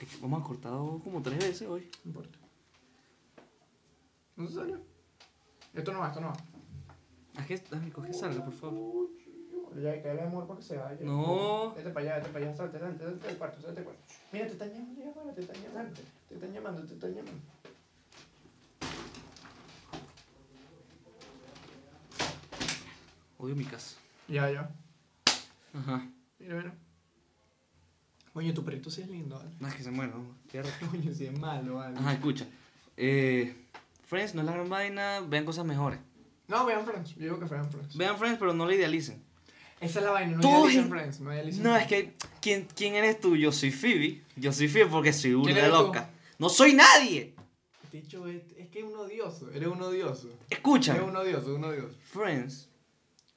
Speaker 2: Es que vamos a cortar como tres veces hoy.
Speaker 1: No importa. No se salió. Esto no va, esto no va.
Speaker 2: Haz que, dame, que salga, por favor.
Speaker 1: Ya, que le amor porque se vaya.
Speaker 2: No.
Speaker 1: Vete para allá, vete para allá, salte, salte, salte del cuarto, salte del cuarto. Mira, te están llamando, ya, bueno, te están llamando. Te están llamando, te están llamando.
Speaker 2: Odio mi casa.
Speaker 1: Ya, ya.
Speaker 2: Ajá.
Speaker 1: Mira, mira. Coño, tu perrito sí es lindo, ¿vale?
Speaker 2: No, es que se muera. vamos. Qué raro.
Speaker 1: Coño, sí es malo, ¿vale?
Speaker 2: Ajá, escucha. Eh, Friends no es la gran vaina. Vean cosas mejores.
Speaker 1: No, vean Friends. Yo digo que vean Friends.
Speaker 2: Vean Friends, pero no la idealicen.
Speaker 1: Esa es la vaina, no
Speaker 2: Todos
Speaker 1: idealicen
Speaker 2: en-
Speaker 1: Friends. No, idealicen
Speaker 2: No, es
Speaker 1: Friends.
Speaker 2: que. ¿quién, ¿Quién eres tú? Yo soy Phoebe. Yo soy Phoebe porque soy burda
Speaker 1: eres tú?
Speaker 2: loca. No soy nadie.
Speaker 1: Dicho es, es que es un odioso. Eres un odioso.
Speaker 2: Escucha.
Speaker 1: Eres un odioso, un odioso.
Speaker 2: Friends,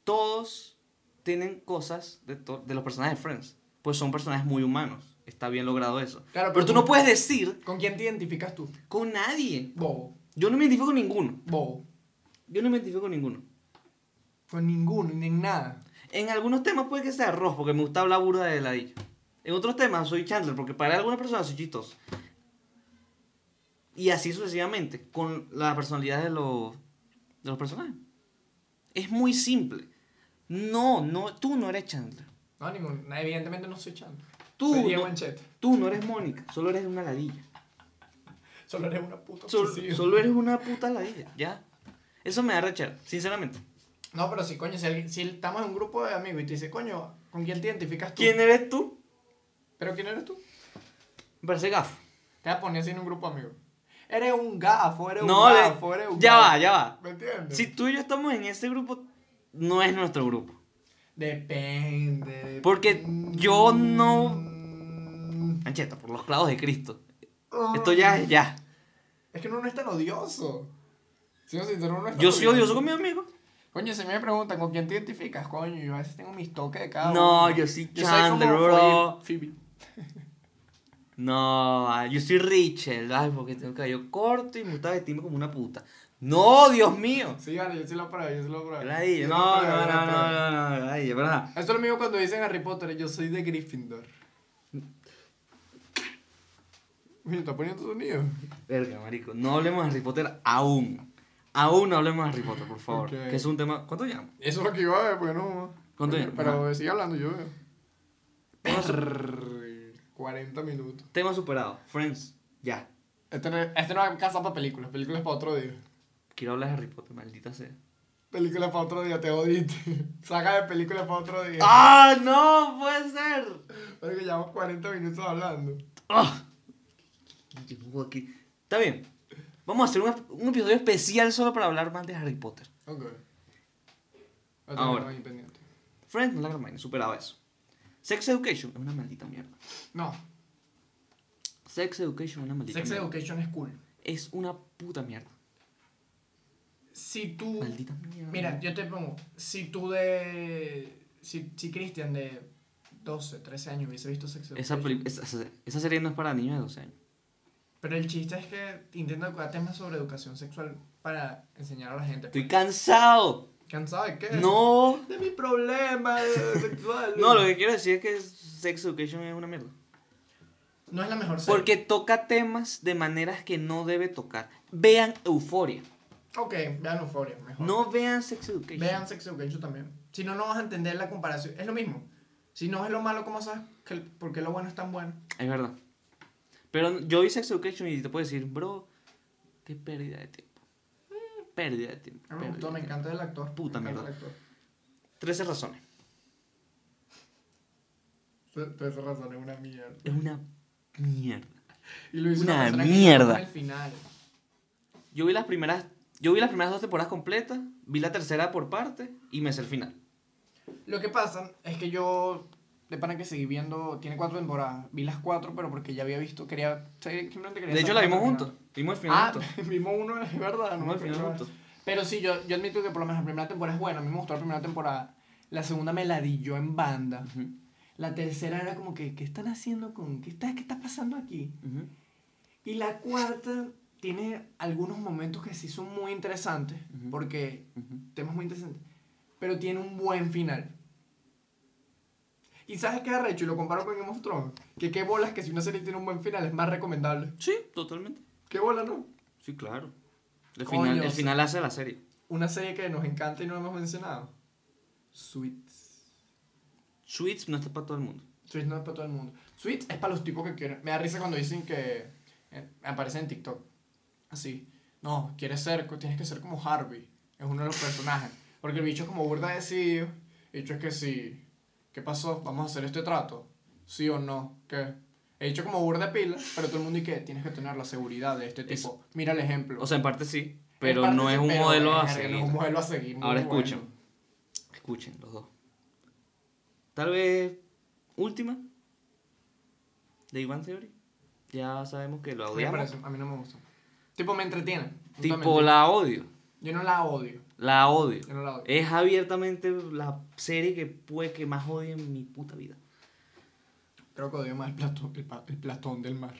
Speaker 2: todos tienen cosas de, to- de los personajes de Friends. Pues son personajes muy humanos. Está bien logrado eso.
Speaker 1: Claro,
Speaker 2: pero
Speaker 1: pero
Speaker 2: tú
Speaker 1: con-
Speaker 2: no puedes decir
Speaker 1: ¿Con quién te identificas tú?
Speaker 2: con nadie.
Speaker 1: Bobo.
Speaker 2: Yo no me identifico con ninguno.
Speaker 1: Bobo.
Speaker 2: Yo no me identifico con ninguno.
Speaker 1: Con ninguno, ni en nada.
Speaker 2: En algunos temas puede que sea Ross, porque me gusta hablar burda de ladillo. En otros temas soy Chandler, porque para algunas personas soy chistoso. Y así sucesivamente, con la personalidad de los, de los personajes. Es muy simple. No, no, tú no eres Chandler.
Speaker 1: No, ninguno. Evidentemente no soy Chandler.
Speaker 2: Tú,
Speaker 1: Soy Diego
Speaker 2: no-
Speaker 1: Ancheta.
Speaker 2: Tú no eres Mónica, solo eres una ladilla.
Speaker 1: Solo eres una puta
Speaker 2: Sol-
Speaker 1: obsesiva.
Speaker 2: solo eres una puta ladilla, ya. Eso me da rechar, sinceramente.
Speaker 1: No, pero si, coño, si, alguien- si estamos en un grupo de amigos y te dice, coño, ¿con quién te identificas tú?
Speaker 2: ¿Quién eres tú?
Speaker 1: ¿Pero quién eres tú?
Speaker 2: Me parece gafo.
Speaker 1: Te vas a poner así en un grupo amigo. Eres un gafo, eres
Speaker 2: No,
Speaker 1: un
Speaker 2: le-
Speaker 1: gafo, eres un
Speaker 2: ya
Speaker 1: gafo.
Speaker 2: va, ya va.
Speaker 1: ¿Me entiendes?
Speaker 2: Si tú y yo estamos en ese grupo, no es nuestro grupo.
Speaker 1: Depende.
Speaker 2: Porque yo no-
Speaker 1: Mm.
Speaker 2: Ancheta, por los clavos de Cristo. Esto ya es ya.
Speaker 1: Es que uno no es tan odioso. Siendo sincero, uno no es tan
Speaker 2: Yo soy
Speaker 1: odioso.
Speaker 2: odioso con mis amigos.
Speaker 1: Coño, si me preguntan con quién te identificas, coño, yo a veces tengo mis toques de cada
Speaker 2: No,
Speaker 1: uno.
Speaker 2: yo soy
Speaker 1: soy
Speaker 2: Chandler,
Speaker 1: como
Speaker 2: bro.
Speaker 1: Phoebe. Phoebe.
Speaker 2: No, ay, yo soy Richel. Ay, porque tengo cabello corto y me gusta vestirme como una puta. No, Dios mío.
Speaker 1: Sí, vale, yo sí lo pruebo, yo sí lo pruebo.
Speaker 2: Ladilla.
Speaker 1: Yo
Speaker 2: No,
Speaker 1: lo
Speaker 2: no,
Speaker 1: pruebo, yo lo
Speaker 2: no, no,
Speaker 1: pruebo.
Speaker 2: no, no, ladilla, ¿verdad?
Speaker 1: Esto es lo mismo cuando dicen Harry Potter, yo soy de Gryffindor. Mira, está poniendo sonido.
Speaker 2: Verga, marico. No hablemos de Harry Potter aún. Aún no hablemos de Harry Potter, por favor.
Speaker 1: Ok.
Speaker 2: Que es un tema. ¿Cuánto llevamos?
Speaker 1: Eso es lo que iba a ver, porque no.
Speaker 2: ¿Cuánto
Speaker 1: Pero-
Speaker 2: ya?
Speaker 1: Pero sigue hablando, yo veo.
Speaker 2: Tema, su-
Speaker 1: 40 minutos.
Speaker 2: tema superado. Friends. Ya.
Speaker 1: Este no, este no es casa para películas, películas para otro día.
Speaker 2: Quiero hablar de Harry Potter, maldita sea.
Speaker 1: Películas para otro día, te jodiste. Saga de películas para otro día.
Speaker 2: ¡Ah! ¡No! ¡Puede ser!
Speaker 1: Pero que llevamos 40 minutos hablando.
Speaker 2: ¡Ah! Yo no puedo aquí. Está bien. Vamos a hacer un, un episodio especial solo para hablar más de Harry Potter.
Speaker 1: Ok. Lo tenemos
Speaker 2: Ahora.
Speaker 1: ahí pendiente.
Speaker 2: Friends no la gran vaina, superaba eso. Sex Education es una maldita mierda.
Speaker 1: No,
Speaker 2: Sex Education es una maldita
Speaker 1: Sex
Speaker 2: mierda.
Speaker 1: Education es cool.
Speaker 2: Es una puta mierda.
Speaker 1: Si tú.
Speaker 2: Maldita mierda.
Speaker 1: Mira, yo te pongo, si tú de. Si, si Christian de 12, 13 años hubiese visto Sex
Speaker 2: Esa,
Speaker 1: Education,
Speaker 2: peli- esa, esa- esa serie no es para niños de 12 años.
Speaker 1: Pero el chiste es que intenta educar temas sobre educación sexual para enseñar a la gente.
Speaker 2: Estoy cansado.
Speaker 1: ¿Cansado de qué?
Speaker 2: No.
Speaker 1: De mi problema sexual.
Speaker 2: No, lo que quiero decir es que Sex Education es una mierda.
Speaker 1: No es la mejor serie.
Speaker 2: Porque toca temas de maneras que no debe tocar. Vean Euforia.
Speaker 1: Ok, vean Euphoria, mejor.
Speaker 2: No vean Sex Education.
Speaker 1: Vean Sex Education también. Si no, no vas a entender la comparación. Es lo mismo. Si no es lo malo, ¿cómo sabes que, el- por qué lo bueno es tan bueno?
Speaker 2: Es verdad. Pero yo vi Sex Education y te puedo decir, bro, qué pérdida de tiempo. Mm, Pérdida de tiempo.
Speaker 1: A mí me
Speaker 2: pérdida
Speaker 1: gustó,
Speaker 2: de
Speaker 1: me
Speaker 2: tiempo.
Speaker 1: encanta el actor.
Speaker 2: Puta
Speaker 1: me encanta
Speaker 2: mierda.
Speaker 1: el actor.
Speaker 2: 13 razones.
Speaker 1: Te- te hace razón, es una mierda.
Speaker 2: Es una mierda.
Speaker 1: Y lo hizo
Speaker 2: Una
Speaker 1: persona que
Speaker 2: mierda.
Speaker 1: llegó al final.
Speaker 2: Yo vi las primeras, yo vi las primeras dos temporadas completas, vi la tercera por parte y me sé el final.
Speaker 1: Lo que pasa es que yo, de pana que seguí viendo, tiene cuatro temporadas. Vi las cuatro, pero porque ya había visto, quería, simplemente quería
Speaker 2: De hecho
Speaker 1: saber
Speaker 2: la
Speaker 1: cómo
Speaker 2: vimos
Speaker 1: terminaba.
Speaker 2: juntos. Vimos el final
Speaker 1: Ah,
Speaker 2: juntos.
Speaker 1: vimos uno, es verdad. No me
Speaker 2: Vimos el final
Speaker 1: acuerdo.
Speaker 2: juntos.
Speaker 1: Pero sí, yo, yo admito que por lo menos la primera temporada es buena. A mí me gustó la primera temporada. La segunda me ladilló en banda.
Speaker 2: Ujú,
Speaker 1: La tercera era como que, ¿qué están haciendo con.? ¿Qué está, qué está pasando aquí?
Speaker 2: ujú.
Speaker 1: Y la cuarta tiene algunos momentos que sí son muy interesantes.
Speaker 2: Ujú.
Speaker 1: Porque
Speaker 2: Ujú.
Speaker 1: temas muy interesantes. Pero tiene un buen final. ¿Y sabes qué arrecho? Y lo comparo con Game of Thrones. Que qué bolas que si una serie tiene un buen final es más recomendable.
Speaker 2: Sí, totalmente.
Speaker 1: ¿Qué bola, no?
Speaker 2: Sí, claro. El
Speaker 1: Coño,
Speaker 2: final, el
Speaker 1: sí.
Speaker 2: final hace la serie.
Speaker 1: Una serie que nos encanta y no hemos mencionado. Sweets.
Speaker 2: Sweets no está para todo el mundo.
Speaker 1: Sweets no es para todo el mundo. Sweets es para los tipos que quieren. Me da risa cuando dicen que eh, aparece en TikTok. Así. No, quieres ser, co- tienes que ser como Harvey. Es uno de los personajes. Porque el bicho es como burda decidido. El bicho es que sí. ¿Qué pasó? Vamos a hacer este trato. ¿Sí o no? ¿Qué? He dicho como burda de pila, pero todo el mundo y que tienes que tener la seguridad de este
Speaker 2: Eso.
Speaker 1: tipo. Mira el ejemplo.
Speaker 2: O sea, en parte sí,
Speaker 1: En
Speaker 2: pero
Speaker 1: parte
Speaker 2: no
Speaker 1: sí,
Speaker 2: es un
Speaker 1: pero,
Speaker 2: modelo a
Speaker 1: verga, No es
Speaker 2: seguir.
Speaker 1: un modelo a seguir. muy
Speaker 2: Ahora
Speaker 1: bueno.
Speaker 2: escuchen. Escuchen los dos. Tal vez última de Iván Theory. Ya sabemos que lo
Speaker 1: Me
Speaker 2: odiamos.
Speaker 1: parece, a mí no me gusta. Tipo, me entretiene.
Speaker 2: Tipo,
Speaker 1: justamente.
Speaker 2: la odio.
Speaker 1: Yo no la odio.
Speaker 2: La odio.
Speaker 1: Yo no la odio.
Speaker 2: Es abiertamente la serie que puede que más odio en mi puta vida.
Speaker 1: Creo que odio más el platón, el, pa- el platón del mar.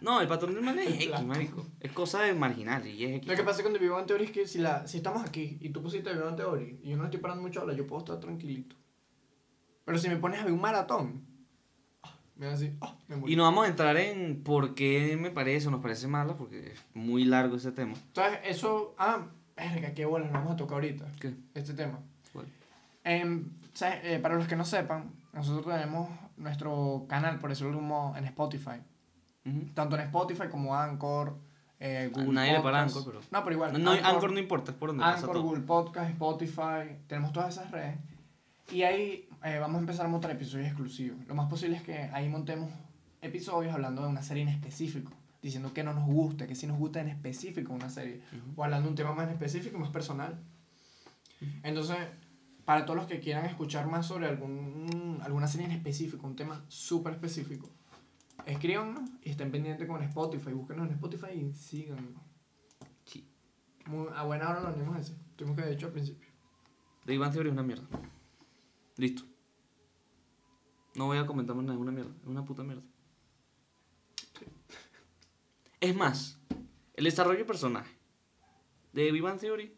Speaker 2: No, el patrón del mal es
Speaker 1: El
Speaker 2: X,
Speaker 1: plato.
Speaker 2: marico. Es cosa de marginal y es X.
Speaker 1: Lo que pasa con The Big Bang Theory es que si, la, si estamos aquí y tú pusiste The Big Bang Theory y yo no estoy parando mucho ahora, yo puedo estar tranquilito. Pero si me pones a ver un maratón, ah, me van a decir, ah, me morí.
Speaker 2: Y no vamos a entrar en por qué me parece o nos parece mala, porque es muy largo ese tema.
Speaker 1: Entonces, eso, ah, verga, qué bolas, lo vamos a tocar ahorita,
Speaker 2: ¿Qué?
Speaker 1: este tema.
Speaker 2: ¿Cuál?
Speaker 1: Em, ¿sabes? Eh, para los que no sepan, nosotros tenemos nuestro canal, por decirlo de algún modo, en Spotify.
Speaker 2: Ujú.
Speaker 1: Tanto en Spotify como Anchor, eh, Google
Speaker 2: nadie le para
Speaker 1: Podcast.
Speaker 2: Anchor, pero-
Speaker 1: No, pero igual.
Speaker 2: No, Anchor no importa, es por donde pasa
Speaker 1: Anchor,
Speaker 2: todo.
Speaker 1: Google Podcast, Spotify, tenemos todas esas redes. Y ahí eh, vamos a empezar a montar episodios exclusivos. Lo más posible es que ahí montemos episodios hablando de una serie en específico, diciendo que no nos gusta, que sí nos gusta en específico una serie,
Speaker 2: Ujú.
Speaker 1: o hablando de un tema más específico, más personal. Entonces, para todos los que quieran escuchar más sobre algún, alguna serie en específico, un tema súper específico, escríbanos y estén pendientes con Spotify, búsquenos en Spotify y síganos.
Speaker 2: Sí.
Speaker 1: Muy- a buena hora lo venimos a decir. Tuvimos que haber dicho al principio.
Speaker 2: De Iván Theory es una mierda. Listo. No voy a comentar más nada, es una mierda. Es una puta mierda. Es más, el desarrollo de personaje de Big Bang Theory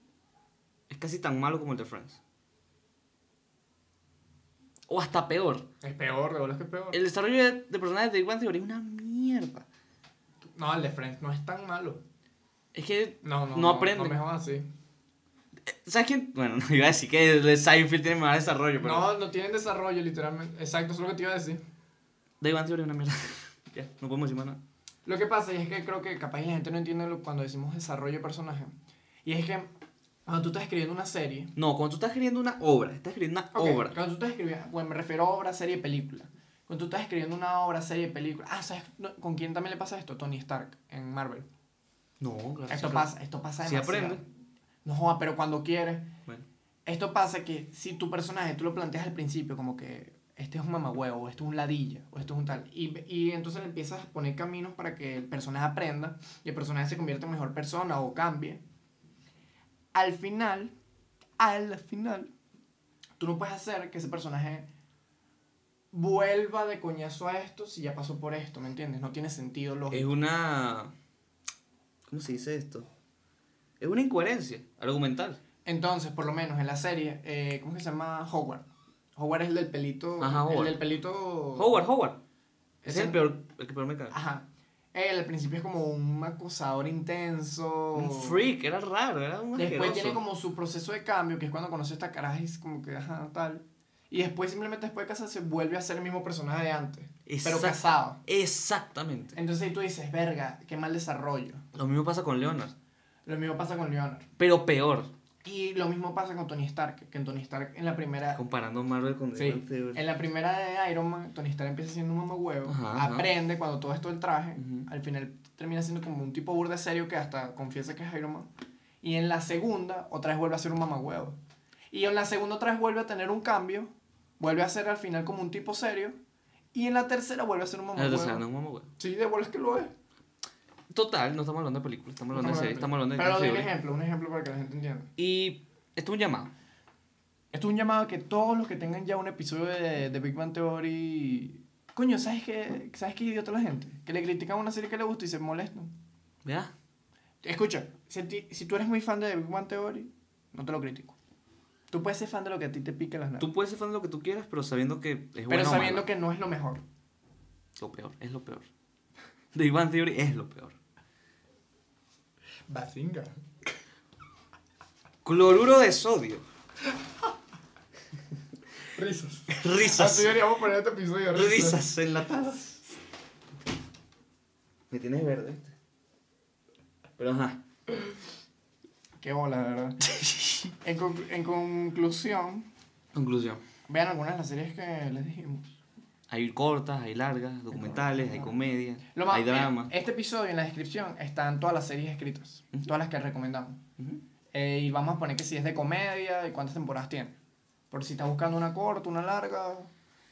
Speaker 2: es casi tan malo como el de Friends. O hasta peor.
Speaker 1: Es peor, de verdad que es peor.
Speaker 2: El desarrollo de, de personajes de Big Bang Theory es una mierda.
Speaker 1: No, el de Friends no es tan malo.
Speaker 2: Es que,
Speaker 1: No, no.
Speaker 2: No aprenden.
Speaker 1: No me jodas así.
Speaker 2: ¿sabes quién? Bueno, no iba a decir que el de Seinfeld tiene más desarrollo, pero...
Speaker 1: No, no tienen desarrollo, literalmente. Exacto, eso es lo que te iba a decir.
Speaker 2: De Big Bang Theory es una mierda. ya, no podemos decir más nada.
Speaker 1: Lo que pasa es que creo que capaz la gente no entiende lo- cuando decimos desarrollo de personaje. Y es que cuando tú estás escribiendo una serie.
Speaker 2: No, cuando tú estás escribiendo una obra, estás escribiendo una
Speaker 1: ok,
Speaker 2: obra.
Speaker 1: Cuando tú estás escribiendo. Bueno, me refiero a obra, serie, película. Cuando tú estás escribiendo una obra, serie, película. Ah, ¿sabes no, con quién también le pasa esto? Tony Stark en Marvel.
Speaker 2: No, claro.
Speaker 1: Esto
Speaker 2: sí,
Speaker 1: pasa, esto pasa
Speaker 2: Sí
Speaker 1: demasiado.
Speaker 2: aprende.
Speaker 1: No joda, pero cuando quieres.
Speaker 2: Bueno,
Speaker 1: Esto pasa que si tu personaje tú lo planteas al principio como que este es un mamagüevo, o esto es un ladilla, o esto es un tal, y, y entonces le empiezas a poner caminos para que el personaje aprenda y el personaje se convierta en mejor persona o cambie. Al final, al final, tú no puedes hacer que ese personaje vuelva de coñazo a esto si ya pasó por esto, ¿me entiendes? No tiene sentido
Speaker 2: es
Speaker 1: lógico.
Speaker 2: una. ¿Cómo se dice esto? Es una incoherencia argumental.
Speaker 1: Entonces, por lo menos en la serie, eh, ¿cómo que se llama? Howard. Howard es el del pelito.
Speaker 2: Ajá,
Speaker 1: El
Speaker 2: Howard.
Speaker 1: del pelito.
Speaker 2: Howard, Howard. Es
Speaker 1: Ese-
Speaker 2: el peor, el que peor me caga.
Speaker 1: Ajá. Él al principio es como un acusador intenso.
Speaker 2: Un freak, era raro, era un
Speaker 1: Oh. Después
Speaker 2: asqueroso.
Speaker 1: tiene como su proceso de cambio, que es cuando conoce a esta caraja y es como que, ajá, tal. Y después, simplemente después de casarse, vuelve a ser el mismo personaje de antes.
Speaker 2: Exacto.
Speaker 1: Pero casado.
Speaker 2: Exactamente.
Speaker 1: Entonces ahí tú dices, verga, qué mal desarrollo.
Speaker 2: Lo mismo pasa con Leonard,
Speaker 1: Lo mismo pasa con Leonard.
Speaker 2: pero peor.
Speaker 1: Y lo mismo pasa con Tony Stark, que en Tony Stark en la primera...
Speaker 2: Comparando Marvel con
Speaker 1: Sí,
Speaker 2: Leonard, de-
Speaker 1: en la primera de Iron Man, Tony Stark empieza siendo un mamahuevo,
Speaker 2: Ajá, ajá.
Speaker 1: aprende cuando todo esto del traje,
Speaker 2: Ujú.
Speaker 1: al final termina siendo como un tipo burde serio que hasta confiesa que es Iron Man. Y en la segunda, otra vez vuelve a ser un mamahuevo. Y en la segunda otra vez vuelve a tener un cambio, vuelve a ser al final como un tipo serio, y en la tercera vuelve a ser un
Speaker 2: Ah, No, o
Speaker 1: mamahuevo.
Speaker 2: sea, no es un mamahuevo.
Speaker 1: Sí, de bolas que lo es.
Speaker 2: Total, no estamos hablando de películas, estamos hablando de series, estamos hablando de
Speaker 1: Pero doy un
Speaker 2: series.
Speaker 1: ejemplo, un ejemplo para que la gente entienda.
Speaker 2: Y esto es un llamado.
Speaker 1: Esto es un llamado a que todos los que tengan ya un episodio de, de Big Bang Theory. Coño, ¿sabes qué, ¿sabes qué idiota la gente? Que le critican una serie que le gusta y se molestan.
Speaker 2: ¿Verdad?
Speaker 1: Escucha, si, a ti- si tú eres muy fan de Big Bang Theory, no te lo critico. Tú puedes ser fan de lo que a ti te pique las nalgas.
Speaker 2: Tú puedes ser fan de lo que tú quieras, pero sabiendo que es
Speaker 1: Pero
Speaker 2: bueno o
Speaker 1: sabiendo
Speaker 2: malo.
Speaker 1: que no es lo mejor.
Speaker 2: Lo peor, es lo peor. De Ivan Theory es lo peor.
Speaker 1: Bazinga.
Speaker 2: Cloruro de sodio.
Speaker 1: Risas. Así
Speaker 2: Risas.
Speaker 1: deberíamos poner este episodio.
Speaker 2: Risas enlatadas. Me tienes verde. ¿viste? Pero ajá.
Speaker 1: Qué bola, de verdad. en, conc- en conclusión,
Speaker 2: Conclusión.
Speaker 1: vean algunas de las series que les dijimos.
Speaker 2: Hay cortas, hay largas, documentales, hay comedias,
Speaker 1: Lo más-
Speaker 2: hay drama.
Speaker 1: mira, Este episodio en la descripción están todas las series escritas,
Speaker 2: Ujú.
Speaker 1: todas las que recomendamos.
Speaker 2: Ujú.
Speaker 1: Eh, y vamos a poner que si es de comedia y cuántas temporadas tiene. Por si estás buscando una corta, una larga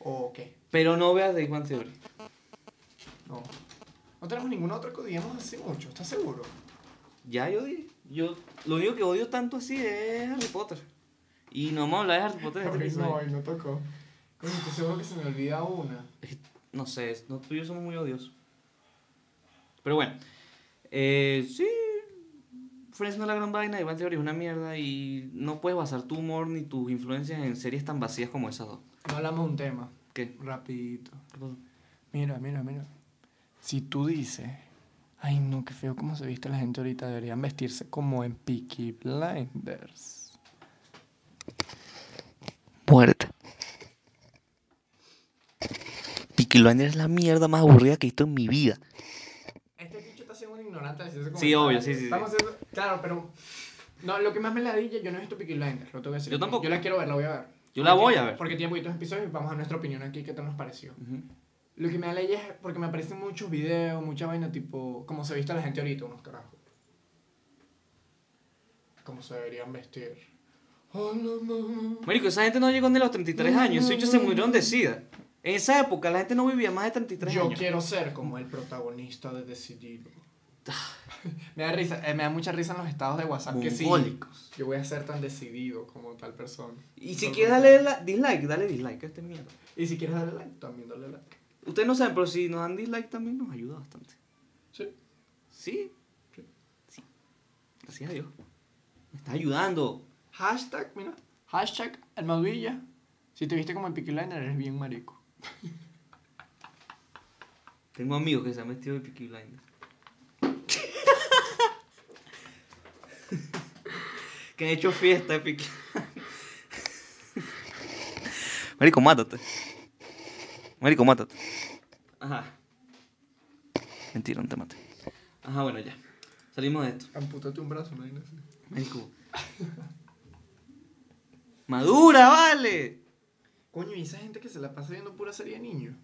Speaker 1: o qué.
Speaker 2: Pero no veas de Ivan Theory.
Speaker 1: No. No tenemos ningún otro que odiemos así mucho, ¿estás seguro?
Speaker 2: Ya yo dije. Yo, lo único que odio tanto así es Harry Potter. Y no vamos a hablar de Harry Potter en este
Speaker 1: Porque
Speaker 2: episodio.
Speaker 1: y no tocó. Coño, estoy seguro que se me olvida una.
Speaker 2: No sé, es- no, tú y yo somos muy odiosos. Pero bueno, eh, sí. Friends no es la gran vaina, Iván Theory es una mierda y no puedes basar tu humor ni tus influencias en series tan vacías como esas dos.
Speaker 1: No hablamos de un tema.
Speaker 2: ¿Qué?
Speaker 1: Rapidito.
Speaker 2: ¿Qué pasó?
Speaker 1: Mira, mira, mira. Si tú dices, ay no, qué feo cómo se viste la gente ahorita, deberían vestirse como en Peaky Blinders.
Speaker 2: Muerte. Peaky Blinders es la mierda más aburrida que he visto en mi vida.
Speaker 1: Este bicho está siendo un ignorante de ese
Speaker 2: Sí, obvio, sí, sí, sí.
Speaker 1: Estamos haciendo- Claro, pero... No, lo que más me ladilla, yo no he visto Peaky Blinders, lo tengo que decir.
Speaker 2: Yo tampoco.
Speaker 1: Yo la quiero ver, la voy a ver.
Speaker 2: Yo la
Speaker 1: Porque-
Speaker 2: voy a ver.
Speaker 1: Porque tiene poquitos episodios y vamos a nuestra opinión aquí, qué tal nos pareció. Lo que me da ladilla es porque me aparecen muchos videos, mucha vaina, tipo, como se viste la gente ahorita, unos carajos. Cómo se deberían vestir. Hola, mamá.
Speaker 2: Marico, esa gente no llegó ni a los 33 años, esos hechos se murieron de sida. En esa época la gente no vivía más de 33
Speaker 1: Yo
Speaker 2: años.
Speaker 1: quiero ser como el protagonista de Decidido. me da risa, eh, me da mucha risa en los estados de WhatsApp que sí.
Speaker 2: Mongólicos.
Speaker 1: Yo voy a ser tan decidido como tal persona.
Speaker 2: Y si
Speaker 1: Por
Speaker 2: quieres
Speaker 1: completo.
Speaker 2: darle la- dislike, dale dislike a este mierda.
Speaker 1: Y si quieres darle like, también dale like.
Speaker 2: Ustedes no saben, pero si nos dan dislike también nos ayuda bastante.
Speaker 1: Sí.
Speaker 2: ¿Sí?
Speaker 1: Sí.
Speaker 2: Sí. Gracias a Dios. Me está ayudando.
Speaker 1: Hashtag, mira. Hashtag Almadvilla. Si te viste como el Peaky Blinders, eres bien marico.
Speaker 2: Tengo amigos que se han vestido de Peaky Blinders. que han hecho fiesta de Peaky Marico, mátate. Marico, mátate. Ajá. Mentira, no te maté. Ajá, bueno, ya. Salimos de esto.
Speaker 1: Amputate un brazo, no hay nada.
Speaker 2: Marico. Madura, vale.
Speaker 1: Coño, y esa gente que se la pasa viendo pura serie de niños.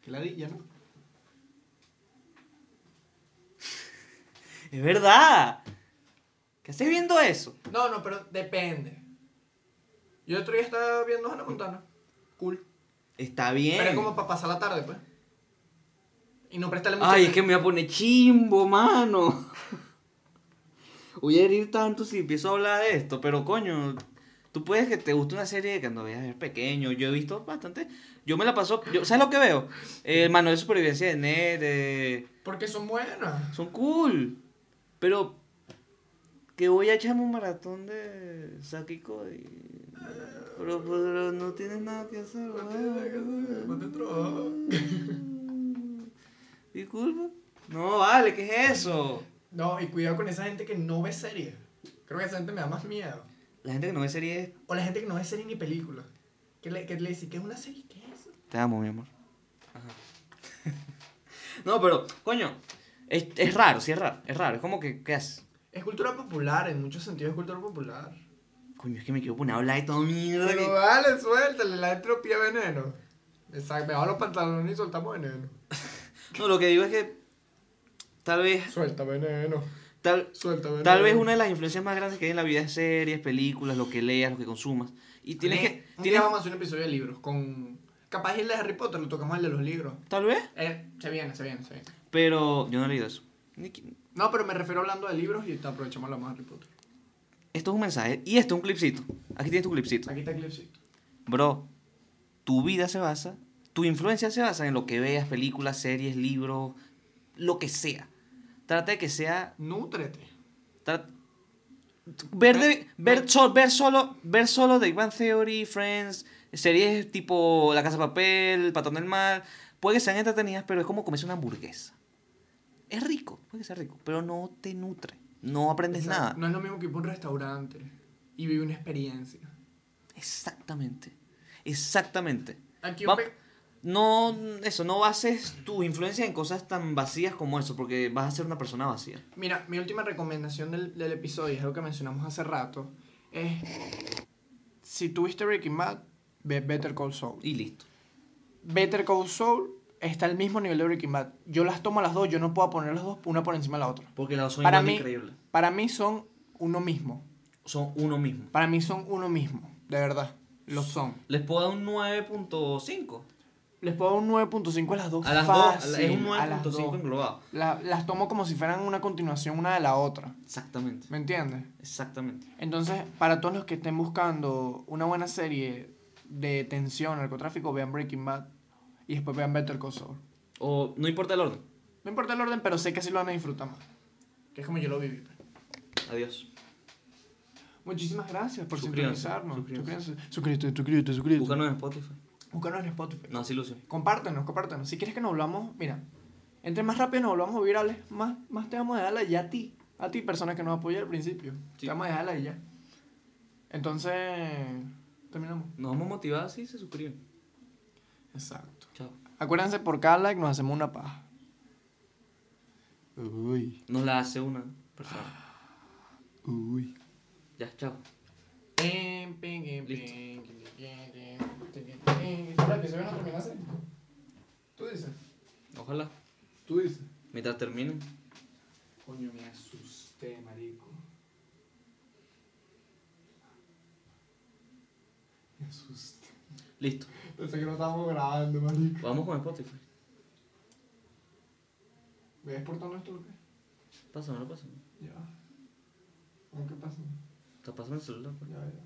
Speaker 1: Que ladilla, ¿no?
Speaker 2: Es verdad. ¿Qué haces viendo eso?
Speaker 1: No, no, pero depende. Yo el otro día estaba viendo Hannah Montana. Cool.
Speaker 2: Está bien.
Speaker 1: Pero es como para pasar la tarde, pues. Y no prestarle mucha
Speaker 2: Ay, es que me voy a poner chimbo, mano. Voy a herir tanto si empiezo a hablar de esto, pero coño, tú puedes que te guste una serie de cuando veas eres pequeño. Yo he visto bastante. Yo me la paso. Yo, ¿Sabes lo que veo? Eh, El manual de supervivencia de Ned. eh,
Speaker 1: Porque son buenas.
Speaker 2: son cool. Pero. Que voy a echarme un maratón de Sakiko y. Pero, pero no tienes nada que hacer,
Speaker 1: No tienes nada que hacer, no tienes trabajo.
Speaker 2: Disculpa. No, vale, ¿qué es eso?
Speaker 1: No, y cuidado con esa gente que no ve series. Creo que esa gente me da más miedo.
Speaker 2: La gente que no ve series,
Speaker 1: O la gente que no ve series ni películas. Que le, que le dice, ¿qué es una serie? ¿Qué es eso?
Speaker 2: te amo, mi amor. Ajá. no, pero, coño, es, es raro, sí es raro, es raro, es como que, ¿qué haces?
Speaker 1: Es cultura popular, en muchos sentidos es cultura popular.
Speaker 2: Coño, es que me quiero poner a hablar de todo mierda
Speaker 1: Pero
Speaker 2: que...
Speaker 1: dale, suéltale, la entropía veneno. Me sa- me bajo los pantalones y soltamos veneno.
Speaker 2: No, lo que digo es que tal vez,
Speaker 1: Suelta veneno,
Speaker 2: tal,
Speaker 1: suelta veneno.
Speaker 2: Tal vez una de las influencias más grandes que hay en la vida es series, películas, lo que leas, lo que consumas. Y tienes que.
Speaker 1: Un día
Speaker 2: Tienes,
Speaker 1: vamos a hacer un episodio de libros con... Capaz el de Harry Potter, lo tocamos el de los libros.
Speaker 2: tal vez,
Speaker 1: Eh, se viene, se viene, se viene.
Speaker 2: pero yo no he leído eso. Ni que-
Speaker 1: No, pero me refiero hablando de libros y te aprovechamos la más Harry Potter.
Speaker 2: Esto es un mensaje. Y esto es un clipcito. Aquí tienes tu clipcito.
Speaker 1: Aquí está el clipcito.
Speaker 2: Bro, tu vida se basa, tu influencia se basa en lo que veas, películas, series, libros, lo que sea. Trata de que sea
Speaker 1: Nútrete.
Speaker 2: Tra- Ver, de-
Speaker 1: Ve-
Speaker 2: ver,
Speaker 1: ve-
Speaker 2: sol- ver solo ver solo The Bang Theory, Friends, series tipo La Casa de Papel, Patón del Mar, puede que sean entretenidas, pero es como comerse una hamburguesa. Es rico, puede que sea rico, pero no te nutre, no aprendes
Speaker 1: Exacto.
Speaker 2: nada.
Speaker 1: No es lo mismo que ir a un restaurante y vivir una experiencia.
Speaker 2: Exactamente, exactamente.
Speaker 1: Aquí
Speaker 2: Va-
Speaker 1: un pe-
Speaker 2: No, eso, no bases tu influencia en cosas tan vacías como eso, porque vas a ser una persona vacía.
Speaker 1: Mira, mi última recomendación del, del episodio, es algo que mencionamos hace rato, es si tuviste Breaking Bad, ve Better Call Saul.
Speaker 2: Y listo.
Speaker 1: Better Call Saul está al mismo nivel de Breaking Bad. Yo las tomo las dos, yo no puedo poner las dos una por encima de la otra.
Speaker 2: Porque las dos son
Speaker 1: Para
Speaker 2: igual de
Speaker 1: mí-
Speaker 2: increíbles.
Speaker 1: Para mí son uno mismo.
Speaker 2: Son uno mismo.
Speaker 1: Para mí son uno mismo, de verdad. Lo son.
Speaker 2: Les puedo dar un 9.5.
Speaker 1: Les puedo dar un 9.5 a las dos.
Speaker 2: A las
Speaker 1: fácil,
Speaker 2: dos, es un
Speaker 1: a las
Speaker 2: 9.5
Speaker 1: dos.
Speaker 2: englobado.
Speaker 1: La- las tomo como si fueran una continuación una de la otra.
Speaker 2: Exactamente,
Speaker 1: ¿Me entiendes?
Speaker 2: exactamente.
Speaker 1: Entonces, para todos los que estén buscando una buena serie de tensión, narcotráfico, vean Breaking Bad y después vean Better Call Saul.
Speaker 2: O no importa el orden.
Speaker 1: No importa el orden, pero sé que así lo van a disfrutar más. Que es como yo lo viví. pues.
Speaker 2: Adiós.
Speaker 1: Muchísimas gracias por
Speaker 2: Suscríbanse,
Speaker 1: sintonizarnos.
Speaker 2: suscríbanse.
Speaker 1: Suscríbanse, suscríbete, suscríbete, suscríbete.
Speaker 2: Búscanos en Spotify.
Speaker 1: Búscanos en Spotify.
Speaker 2: No, así lucio.
Speaker 1: Compártenos, compártenos. Si quieres que nos volvamos, mira, entre más rápido nos volvamos virales, más, más te vamos a dejarla ya a ti. A ti, persona que nos apoya al principio.
Speaker 2: Sí.
Speaker 1: Te vamos a dejarla ya. Entonces, terminamos.
Speaker 2: Nos vamos motivados si se suscriben.
Speaker 1: Exacto.
Speaker 2: Chao.
Speaker 1: Acuérdense, por cada like nos hacemos una paja. Uy,
Speaker 2: Nos la hace una persona.
Speaker 1: uy.
Speaker 2: Ya, chao.
Speaker 1: Listo. que se no terminase? Tú dices.
Speaker 2: Ojalá.
Speaker 1: Tú dices.
Speaker 2: Mientras terminen.
Speaker 1: Coño, me asusté, marico. Me asusté.
Speaker 2: Listo.
Speaker 1: Pensé que no estábamos grabando, marico.
Speaker 2: Vamos con Spotify.
Speaker 1: ¿Me ves por todo esto o qué?
Speaker 2: Pásame, no pásame.
Speaker 1: Ya. ¿Cómo que pasa?
Speaker 2: Te pásame el celular. pues.
Speaker 1: Ya, ya.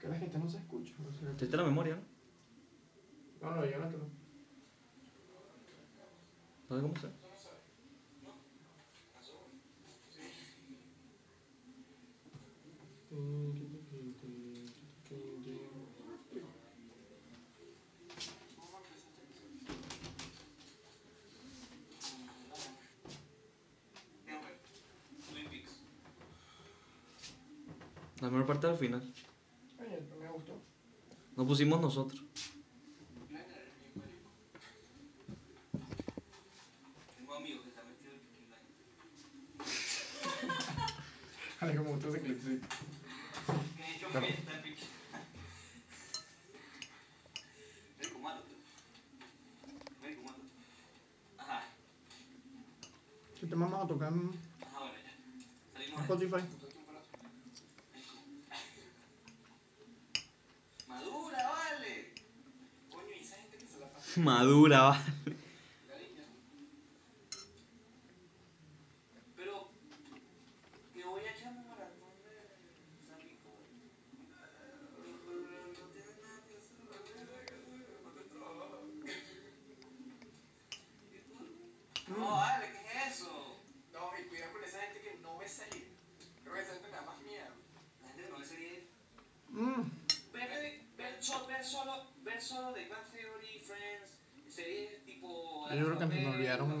Speaker 1: Que la gente no se escucha. No, sé.
Speaker 2: Te está la memoria, ¿no?
Speaker 1: no, no, yo no tengo.
Speaker 2: ¿Sabes cómo se? La mejor parte al final.
Speaker 1: Oye, me gustó.
Speaker 2: Nos pusimos nosotros.
Speaker 1: Dale, que me gustó ese clip, sí. ¿Qué te vamos a tocar en Spotify?
Speaker 4: Madura, vale. Coño, y esa gente que se la pasa.
Speaker 2: Madura, va.
Speaker 4: Pero me voy a echar un maratón de San Rico. No tiene nada que hacer, no te trabajo. No, vale, ¿qué es eso?
Speaker 1: No, y cuidado con esa gente que no ve salir. Creo que esa gente me da más miedo.
Speaker 4: La gente no sería.
Speaker 1: Mm.
Speaker 4: Ver, ver, ver, so- ver solo, ver solo de Bad Theory, Friends, series
Speaker 5: tipo.
Speaker 4: Yo creo que me
Speaker 5: papel,
Speaker 4: olvidaron mi